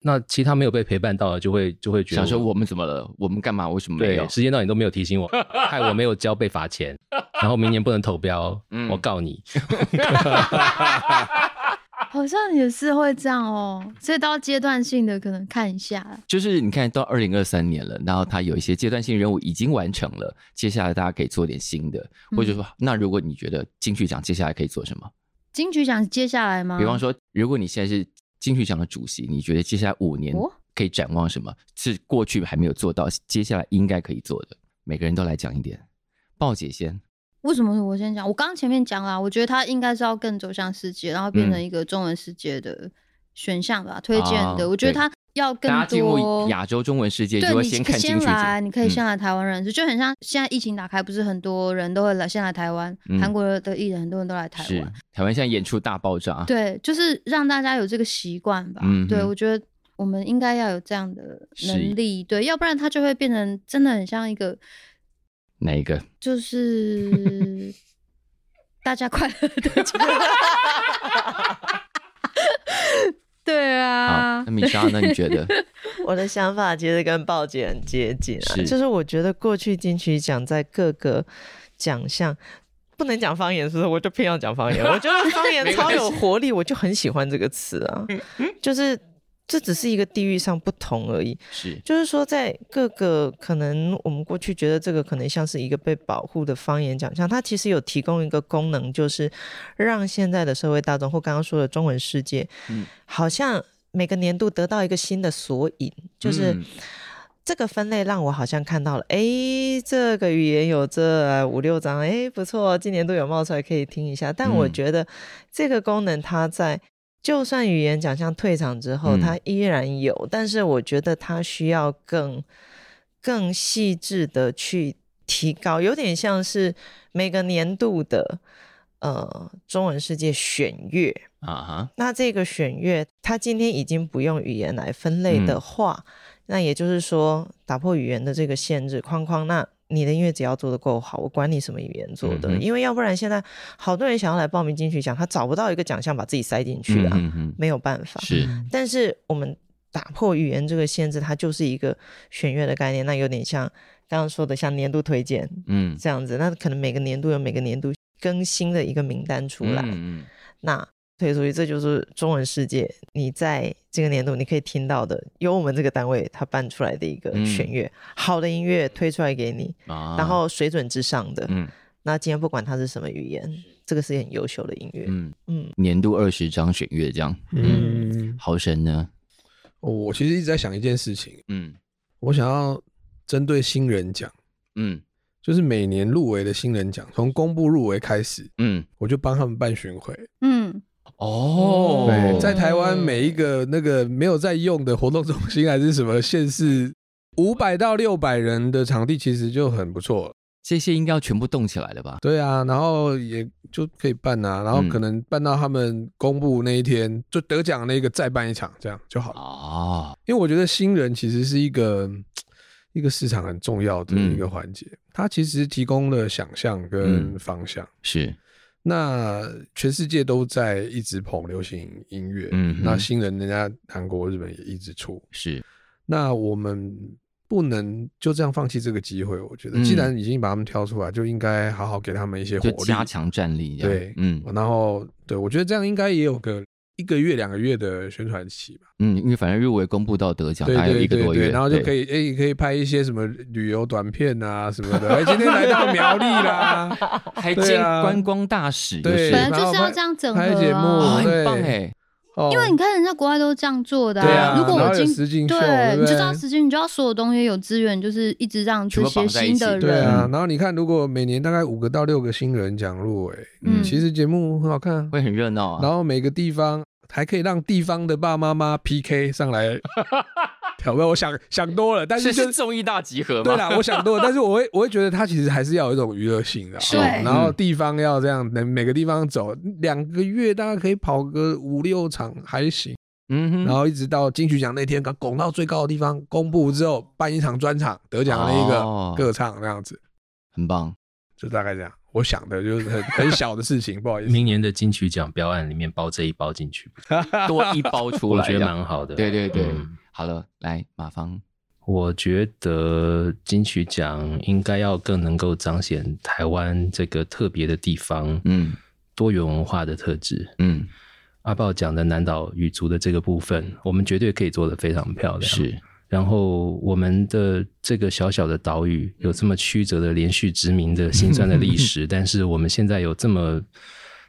[SPEAKER 3] 那其他没有被陪伴到的，就会就会觉得
[SPEAKER 1] 想说我们怎么了？我们干嘛？为什么没有
[SPEAKER 3] 对？时间到你都没有 提醒我，害我没有交被罚钱，然后明年不能投标，
[SPEAKER 1] 嗯
[SPEAKER 3] 我告你。
[SPEAKER 2] 好像也是会这样哦，所以到阶段性的可能看一下啦。
[SPEAKER 1] 就是你看到二零二三年了，然后它有一些阶段性任务已经完成了，接下来大家可以做点新的，
[SPEAKER 2] 嗯
[SPEAKER 1] 或者说，那如果你觉得金曲奖接下来可以做什么？
[SPEAKER 2] 金曲奖接下来吗？
[SPEAKER 1] 比方说，如果你现在是金曲奖的主席，你觉得接下来五年
[SPEAKER 2] 哦
[SPEAKER 1] 可以展望什么？是过去还没有做到，接下来应该可以做的？每个人都来讲一点。鲍姐先，
[SPEAKER 2] 为什么是我先讲？我刚前面讲啦，我觉得它应该是要更走向世界，然后变
[SPEAKER 1] 嗯
[SPEAKER 2] 成一个中文世界的选项吧，推荐的。
[SPEAKER 1] 啊
[SPEAKER 2] 我觉
[SPEAKER 1] 对
[SPEAKER 2] 得它要更
[SPEAKER 1] 大家进入
[SPEAKER 2] 多。
[SPEAKER 1] 亚洲中文世界
[SPEAKER 2] 对
[SPEAKER 1] 就会
[SPEAKER 2] 你
[SPEAKER 1] 先
[SPEAKER 2] 可以
[SPEAKER 1] 看金曲
[SPEAKER 2] 来，
[SPEAKER 1] 奖，
[SPEAKER 2] 你可以先
[SPEAKER 1] 嗯
[SPEAKER 2] 来台湾认识，就很像现在疫情打开，不是很多人都会来先来台湾，
[SPEAKER 1] 嗯
[SPEAKER 2] 韩国的艺人很多人都来台
[SPEAKER 1] 是
[SPEAKER 2] 湾，
[SPEAKER 1] 台湾现在演出大爆炸，
[SPEAKER 2] 对，就是让大家有这个习惯吧。
[SPEAKER 1] 嗯哼
[SPEAKER 2] 对，我觉得我们应该要有这样的
[SPEAKER 1] 是
[SPEAKER 2] 能力，对，要不然它就会变成真的很像一个
[SPEAKER 1] 哪一个？
[SPEAKER 2] 就是 大家快乐的节目。对
[SPEAKER 1] 好
[SPEAKER 2] 啊，，
[SPEAKER 1] 那米莎呢？你觉 得？
[SPEAKER 5] 我的想法其实跟鲍姐很接近啊，
[SPEAKER 1] 是
[SPEAKER 5] 就是我觉得过去金曲奖在各个奖项。不能讲方言，是不是？我就偏
[SPEAKER 3] 嗯
[SPEAKER 5] 要讲方言。我觉得方言超有活力，我就很喜欢这个词啊。就是这只是一个地域上不同而已。
[SPEAKER 1] 是
[SPEAKER 5] 就是说，在各个可能我们过去觉得这个可能像是一个被保护的方言奖项，它其实有提供一个功能，就是让现在的社会大众或刚刚说的中文世界，
[SPEAKER 1] 嗯
[SPEAKER 5] 好像每个年度得到一个新的索引，就是。
[SPEAKER 1] 嗯
[SPEAKER 5] 这个分类让我好像看到了，诶，这个语言有这五六张，诶，不错，今年都有冒出来可以听一下。但我
[SPEAKER 1] 嗯
[SPEAKER 5] 觉得这个功能它在就算语言奖项退场之后，
[SPEAKER 1] 嗯
[SPEAKER 5] 它依然有，但是我觉得它需要更更细致的去提高，有点像是每个年度的呃中文世界选乐，
[SPEAKER 1] 啊哈，
[SPEAKER 5] 那这个选乐，它今天已经不用语言来分类
[SPEAKER 1] 嗯
[SPEAKER 5] 的话，那也就是说打破语言的这个限制框框，那你的音乐只要做得够好，我管你什么语言做的，
[SPEAKER 1] 嗯哼
[SPEAKER 5] 因为要不然现在好多人想要来报名金曲奖，他找不到一个奖项把自己塞进去啊，
[SPEAKER 1] 嗯嗯
[SPEAKER 5] 没有办法
[SPEAKER 1] 嗯，。是
[SPEAKER 5] 但是我们打破语言这个限制，它就是一个选乐的概念，那有点像刚刚说的像年度推荐
[SPEAKER 1] 嗯
[SPEAKER 5] 这样子，那可能每个年度有每个年度更新的一个名单出来。
[SPEAKER 1] 嗯嗯
[SPEAKER 5] 那所以，所以这就是中文世界，你在这个年度你可以听到的，由我们这个单位它办出来的一个
[SPEAKER 1] 嗯
[SPEAKER 5] 选乐，好的音乐推出来给你，
[SPEAKER 1] 啊，
[SPEAKER 5] 然后水准之上的。
[SPEAKER 1] 嗯
[SPEAKER 5] 那今天不管它是什么语言，这个是很优秀的音乐。
[SPEAKER 1] 嗯
[SPEAKER 5] 嗯
[SPEAKER 1] 年度二十张选乐这样，
[SPEAKER 4] 嗯，
[SPEAKER 1] 豪神呢？
[SPEAKER 4] 哦我其实一直在想一件事情，
[SPEAKER 1] 嗯
[SPEAKER 4] 我想要针对新人奖，
[SPEAKER 1] 嗯
[SPEAKER 4] 就是每年入围的新人奖，从公布入围开始，
[SPEAKER 1] 嗯，
[SPEAKER 4] 我就帮他们办巡回。
[SPEAKER 2] 嗯，
[SPEAKER 1] 哦，
[SPEAKER 4] 对，在台湾
[SPEAKER 5] 嗯
[SPEAKER 4] 每一个那个没有在用的活动中心还是什么县市，五百到六百人的场地其实就很不错了。
[SPEAKER 1] 这些应该要全部动起来了吧？
[SPEAKER 4] 对啊，然后也就可以办啊，然后
[SPEAKER 1] 嗯
[SPEAKER 4] 可能办到他们公布那一天，就得奖那个再办一场，这样就好了。
[SPEAKER 1] 啊，
[SPEAKER 4] 因为我觉得新人其实是一个嗯一个市场很重要的
[SPEAKER 1] 嗯
[SPEAKER 4] 一个环节，它其实提供了想象跟
[SPEAKER 1] 嗯
[SPEAKER 4] 方向。
[SPEAKER 1] 是，
[SPEAKER 4] 那全世界都在一直捧流行音乐，
[SPEAKER 1] 嗯哼
[SPEAKER 4] 那新人人家韩国、日本也一直出，
[SPEAKER 1] 是，
[SPEAKER 4] 那我们不能就这样放弃这个机会。我觉得，
[SPEAKER 1] 嗯
[SPEAKER 4] 既然已经把他们挑出来，就应该好好给他们一些活
[SPEAKER 1] 就
[SPEAKER 4] 力，
[SPEAKER 1] 加强战力这样。
[SPEAKER 4] 对，
[SPEAKER 1] 嗯
[SPEAKER 4] 然后对我觉得这样应该也有个一个月、两个月的宣传期吧，
[SPEAKER 1] 嗯，因为反正入围公布到得奖，
[SPEAKER 4] 对
[SPEAKER 1] 大概有
[SPEAKER 4] 对
[SPEAKER 1] 一个
[SPEAKER 4] 对
[SPEAKER 1] 多
[SPEAKER 4] 对，
[SPEAKER 1] 月，
[SPEAKER 4] 然后就
[SPEAKER 1] 对
[SPEAKER 4] 可以哎，也可以拍一些什么旅游短片啊什么的。哎，今天来到苗 栗啦，
[SPEAKER 1] 还
[SPEAKER 4] 对
[SPEAKER 1] 兼
[SPEAKER 4] 啊
[SPEAKER 1] 观光大使，就
[SPEAKER 4] 对
[SPEAKER 1] 是
[SPEAKER 2] 本来
[SPEAKER 4] 然
[SPEAKER 2] 就
[SPEAKER 4] 后
[SPEAKER 2] 是要
[SPEAKER 4] 拍
[SPEAKER 2] 这样整合
[SPEAKER 4] 拍节
[SPEAKER 1] 啊
[SPEAKER 2] 啊
[SPEAKER 4] 目。
[SPEAKER 1] 很棒
[SPEAKER 4] 对
[SPEAKER 1] 哎，
[SPEAKER 4] 哦
[SPEAKER 2] 因为你看人家国外都是这样做的、
[SPEAKER 4] 对啊，
[SPEAKER 2] 如果
[SPEAKER 4] 然
[SPEAKER 2] 我
[SPEAKER 4] 后有
[SPEAKER 2] 今
[SPEAKER 4] 实境秀，
[SPEAKER 2] 对，
[SPEAKER 4] 对
[SPEAKER 2] 你
[SPEAKER 4] 不
[SPEAKER 2] 就
[SPEAKER 4] 对
[SPEAKER 2] 知道时间，你就要所有东西有资源，就是一直让
[SPEAKER 1] 全
[SPEAKER 2] 这
[SPEAKER 1] 部绑
[SPEAKER 2] 些
[SPEAKER 1] 在一
[SPEAKER 2] 新
[SPEAKER 1] 起
[SPEAKER 2] 的
[SPEAKER 4] 对
[SPEAKER 2] 人，
[SPEAKER 4] 啊，然后你看，如果每年大概五个到六个新人奖入围，
[SPEAKER 2] 嗯
[SPEAKER 4] 其实节目很好看啊，
[SPEAKER 1] 会很热闹啊。
[SPEAKER 4] 然后每个地方还可以让地方的爸妈妈 PK 上来挑战。我想想多了，但
[SPEAKER 1] 是
[SPEAKER 4] 是就是
[SPEAKER 1] 综艺大集合
[SPEAKER 4] 对
[SPEAKER 1] 吗？
[SPEAKER 4] 啦，我想多了，但是我 会我会觉得它其实还是要有一种娱乐性的啊，
[SPEAKER 1] 是
[SPEAKER 2] 对
[SPEAKER 4] 然后地方要这样，能每个地方走两个月，大概可以跑个五六场还行，
[SPEAKER 1] 嗯哼，
[SPEAKER 4] 然后一直到金曲奖那天，刚拱到最高的地方公布之后，办一场专场，得奖的那一
[SPEAKER 1] 哦
[SPEAKER 4] 个歌唱那样子，
[SPEAKER 1] 很 棒。
[SPEAKER 4] 就大概这样。我想的就是很很小的事情，不好意思，
[SPEAKER 3] 明年的金曲奖标案里面包这一包进去，
[SPEAKER 1] 多一包出
[SPEAKER 3] 我
[SPEAKER 1] 来，
[SPEAKER 3] 觉得蛮好的。
[SPEAKER 1] 对对对
[SPEAKER 3] 嗯。
[SPEAKER 1] 好了，来马芳，
[SPEAKER 3] 我觉得金曲奖应该要更能够彰显台湾这个特别的地方，
[SPEAKER 1] 嗯
[SPEAKER 3] 多元文化的特质。
[SPEAKER 1] 嗯，
[SPEAKER 3] 阿豹讲的南岛语族的这个部分，我们绝对可以做得非常漂亮。
[SPEAKER 1] 是，
[SPEAKER 3] 然后我们的这个小小的岛屿
[SPEAKER 1] 嗯
[SPEAKER 3] 有这么曲折的连续殖民的辛酸的历 史，但是我们现在有这么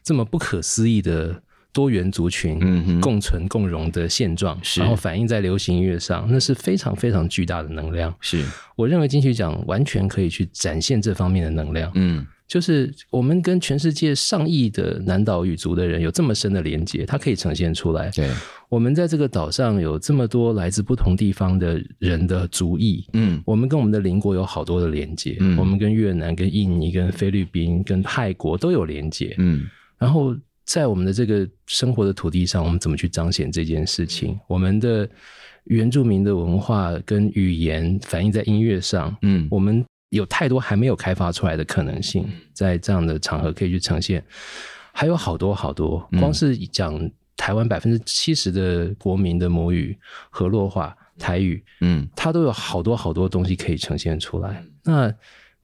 [SPEAKER 3] 这么不可思议的多元族群，
[SPEAKER 1] 嗯哼
[SPEAKER 3] 共存共荣的现状，
[SPEAKER 1] 是
[SPEAKER 3] 然后反映在流行音乐上，那是非常非常巨大的能量。
[SPEAKER 1] 是，
[SPEAKER 3] 我认为金曲奖完全可以去展现这方面的能量，
[SPEAKER 1] 嗯
[SPEAKER 3] 就是我们跟全世界上亿的南岛语族的人有这么深的连接，它可以呈现出来。
[SPEAKER 1] 对，
[SPEAKER 3] 我们在这个岛上有这么多来自不同地方的人的族裔，
[SPEAKER 1] 嗯
[SPEAKER 3] 我们跟我们的邻国有好多的连接，
[SPEAKER 1] 嗯
[SPEAKER 3] 我们跟越南、跟印尼、跟菲律宾、跟泰国都有连接。
[SPEAKER 1] 嗯
[SPEAKER 3] 然后在我们的这个生活的土地上，我们怎么去彰显这件事情？我们的原住民的文化跟语言反映在音乐上，
[SPEAKER 1] 嗯，
[SPEAKER 3] 我们有太多还没有开发出来的可能性，在这样的场合可以去呈现。还有好多好多，
[SPEAKER 1] 嗯
[SPEAKER 3] 光是讲台湾百分之七十的国民的母语河洛话、台语，
[SPEAKER 1] 嗯
[SPEAKER 3] 它都有好多好多东西可以呈现出来。那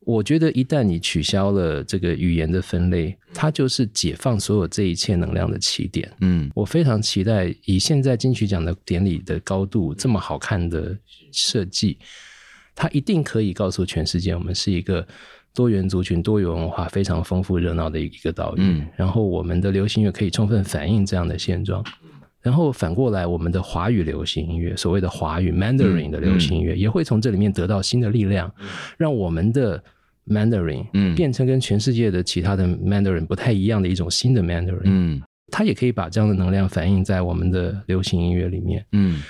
[SPEAKER 3] 我觉得一旦你取消了这个语言的分类，它就是解放所有这一切能量的起点。
[SPEAKER 1] 嗯
[SPEAKER 3] 我非常期待以现在金曲奖的典礼的高度这么好看的设计，它一定可以告诉全世界，我们是一个多元族群、多元文化非常丰富热闹的一个岛屿。
[SPEAKER 1] 嗯
[SPEAKER 3] 然后我们的流行乐可以充分反映这样的现状。然后反过来，我们的华语流行音乐，所谓的华
[SPEAKER 1] 嗯
[SPEAKER 3] 语 Mandarin 的流行音乐，也会从这里面得到新的力量，让我们的 Mandarin
[SPEAKER 1] 嗯
[SPEAKER 3] 变成跟全世界的其他的 Mandarin 不太一样的一种新的 Mandarin。
[SPEAKER 1] 嗯
[SPEAKER 3] 它也可以把这样的能量反映在我们的流行音乐里面。
[SPEAKER 1] 嗯，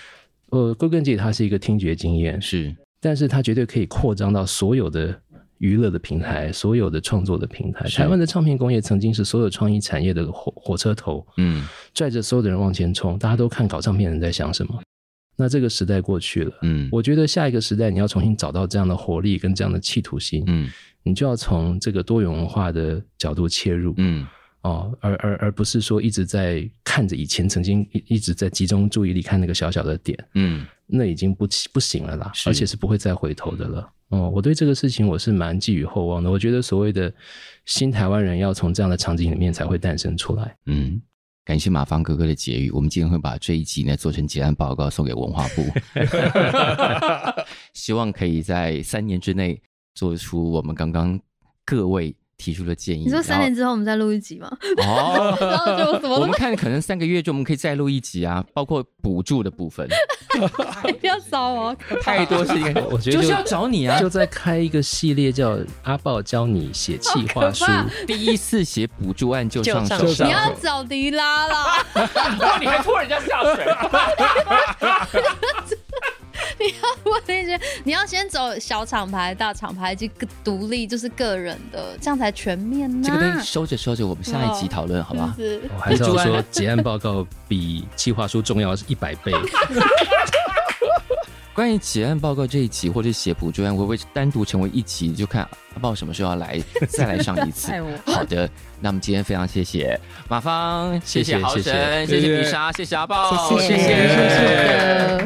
[SPEAKER 3] 呃，归根结底，它是一个听觉经验，
[SPEAKER 1] 是
[SPEAKER 3] 但是它绝对可以扩张到所有的娱乐的平台，所有的创作的平台。
[SPEAKER 1] 是
[SPEAKER 3] 台湾的唱片工业曾经是所有创意产业的火火车头，
[SPEAKER 1] 嗯
[SPEAKER 3] 拽着所有的人往前冲，大家都看搞唱片的人在想什么。那这个时代过去了，
[SPEAKER 1] 嗯
[SPEAKER 3] 我觉得下一个时代你要重新找到这样的活力跟这样的企图心，
[SPEAKER 1] 嗯
[SPEAKER 3] 你就要从这个多元文化的角度切入，
[SPEAKER 1] 嗯
[SPEAKER 3] 哦，而而而不是说一直在看着以前曾经一一直在集中注意力看那个小小的点，
[SPEAKER 1] 嗯
[SPEAKER 3] 那已经不起不行了啦，
[SPEAKER 1] 是
[SPEAKER 3] 而且是不会再回头的了。哦，我对这个事情我是蛮寄予厚望的。我觉得所谓的新台湾人要从这样的场景里面才会诞生出来。
[SPEAKER 1] 嗯。感谢马芳哥哥的结语，我们今天会把这一集呢做成结案报告送给文化部，希望可以在三年之内做出我们刚刚各位提出的建议。
[SPEAKER 2] 你说
[SPEAKER 1] 然
[SPEAKER 2] 三
[SPEAKER 1] 后
[SPEAKER 2] 年之后我们再录一集吗？
[SPEAKER 1] 哦，
[SPEAKER 4] 呃
[SPEAKER 2] 然后就怎么
[SPEAKER 1] 我
[SPEAKER 2] 办
[SPEAKER 1] 们看可能三个月就我们可以再录一集啊，包括补助的部 分，
[SPEAKER 2] 不要骚啊我，好可怕
[SPEAKER 1] 太多事情，
[SPEAKER 3] 我觉得
[SPEAKER 1] 就是要找你啊
[SPEAKER 3] 就。在开一个系列叫“阿豹教你写企划书
[SPEAKER 2] 好可怕
[SPEAKER 1] 第一次写补助案就上手
[SPEAKER 5] 就，上
[SPEAKER 2] 你要啊找迪拉啦，
[SPEAKER 1] 你还拖人家下水，
[SPEAKER 2] 你要问那些，你要先走小厂牌、大厂牌以及个独立，就是个人的，这样才全面呐、
[SPEAKER 1] 这个东西收着收着，我们下一集讨论好啊
[SPEAKER 2] 是
[SPEAKER 1] 吧
[SPEAKER 2] 不？是？”。
[SPEAKER 3] 我还是要说，结案报告比企划书重要是一百 倍。
[SPEAKER 1] 关于结案报告这一集，或者写补助案，会不会单独成为一集？就看阿豹什么时候要来，再来上一 次。好的，那么今天非常谢谢马芳，谢
[SPEAKER 3] 谢谢
[SPEAKER 1] 豪神，谢
[SPEAKER 4] 谢谢
[SPEAKER 1] 谢米莎，谢谢阿豹，
[SPEAKER 5] 谢谢谢谢
[SPEAKER 2] 呃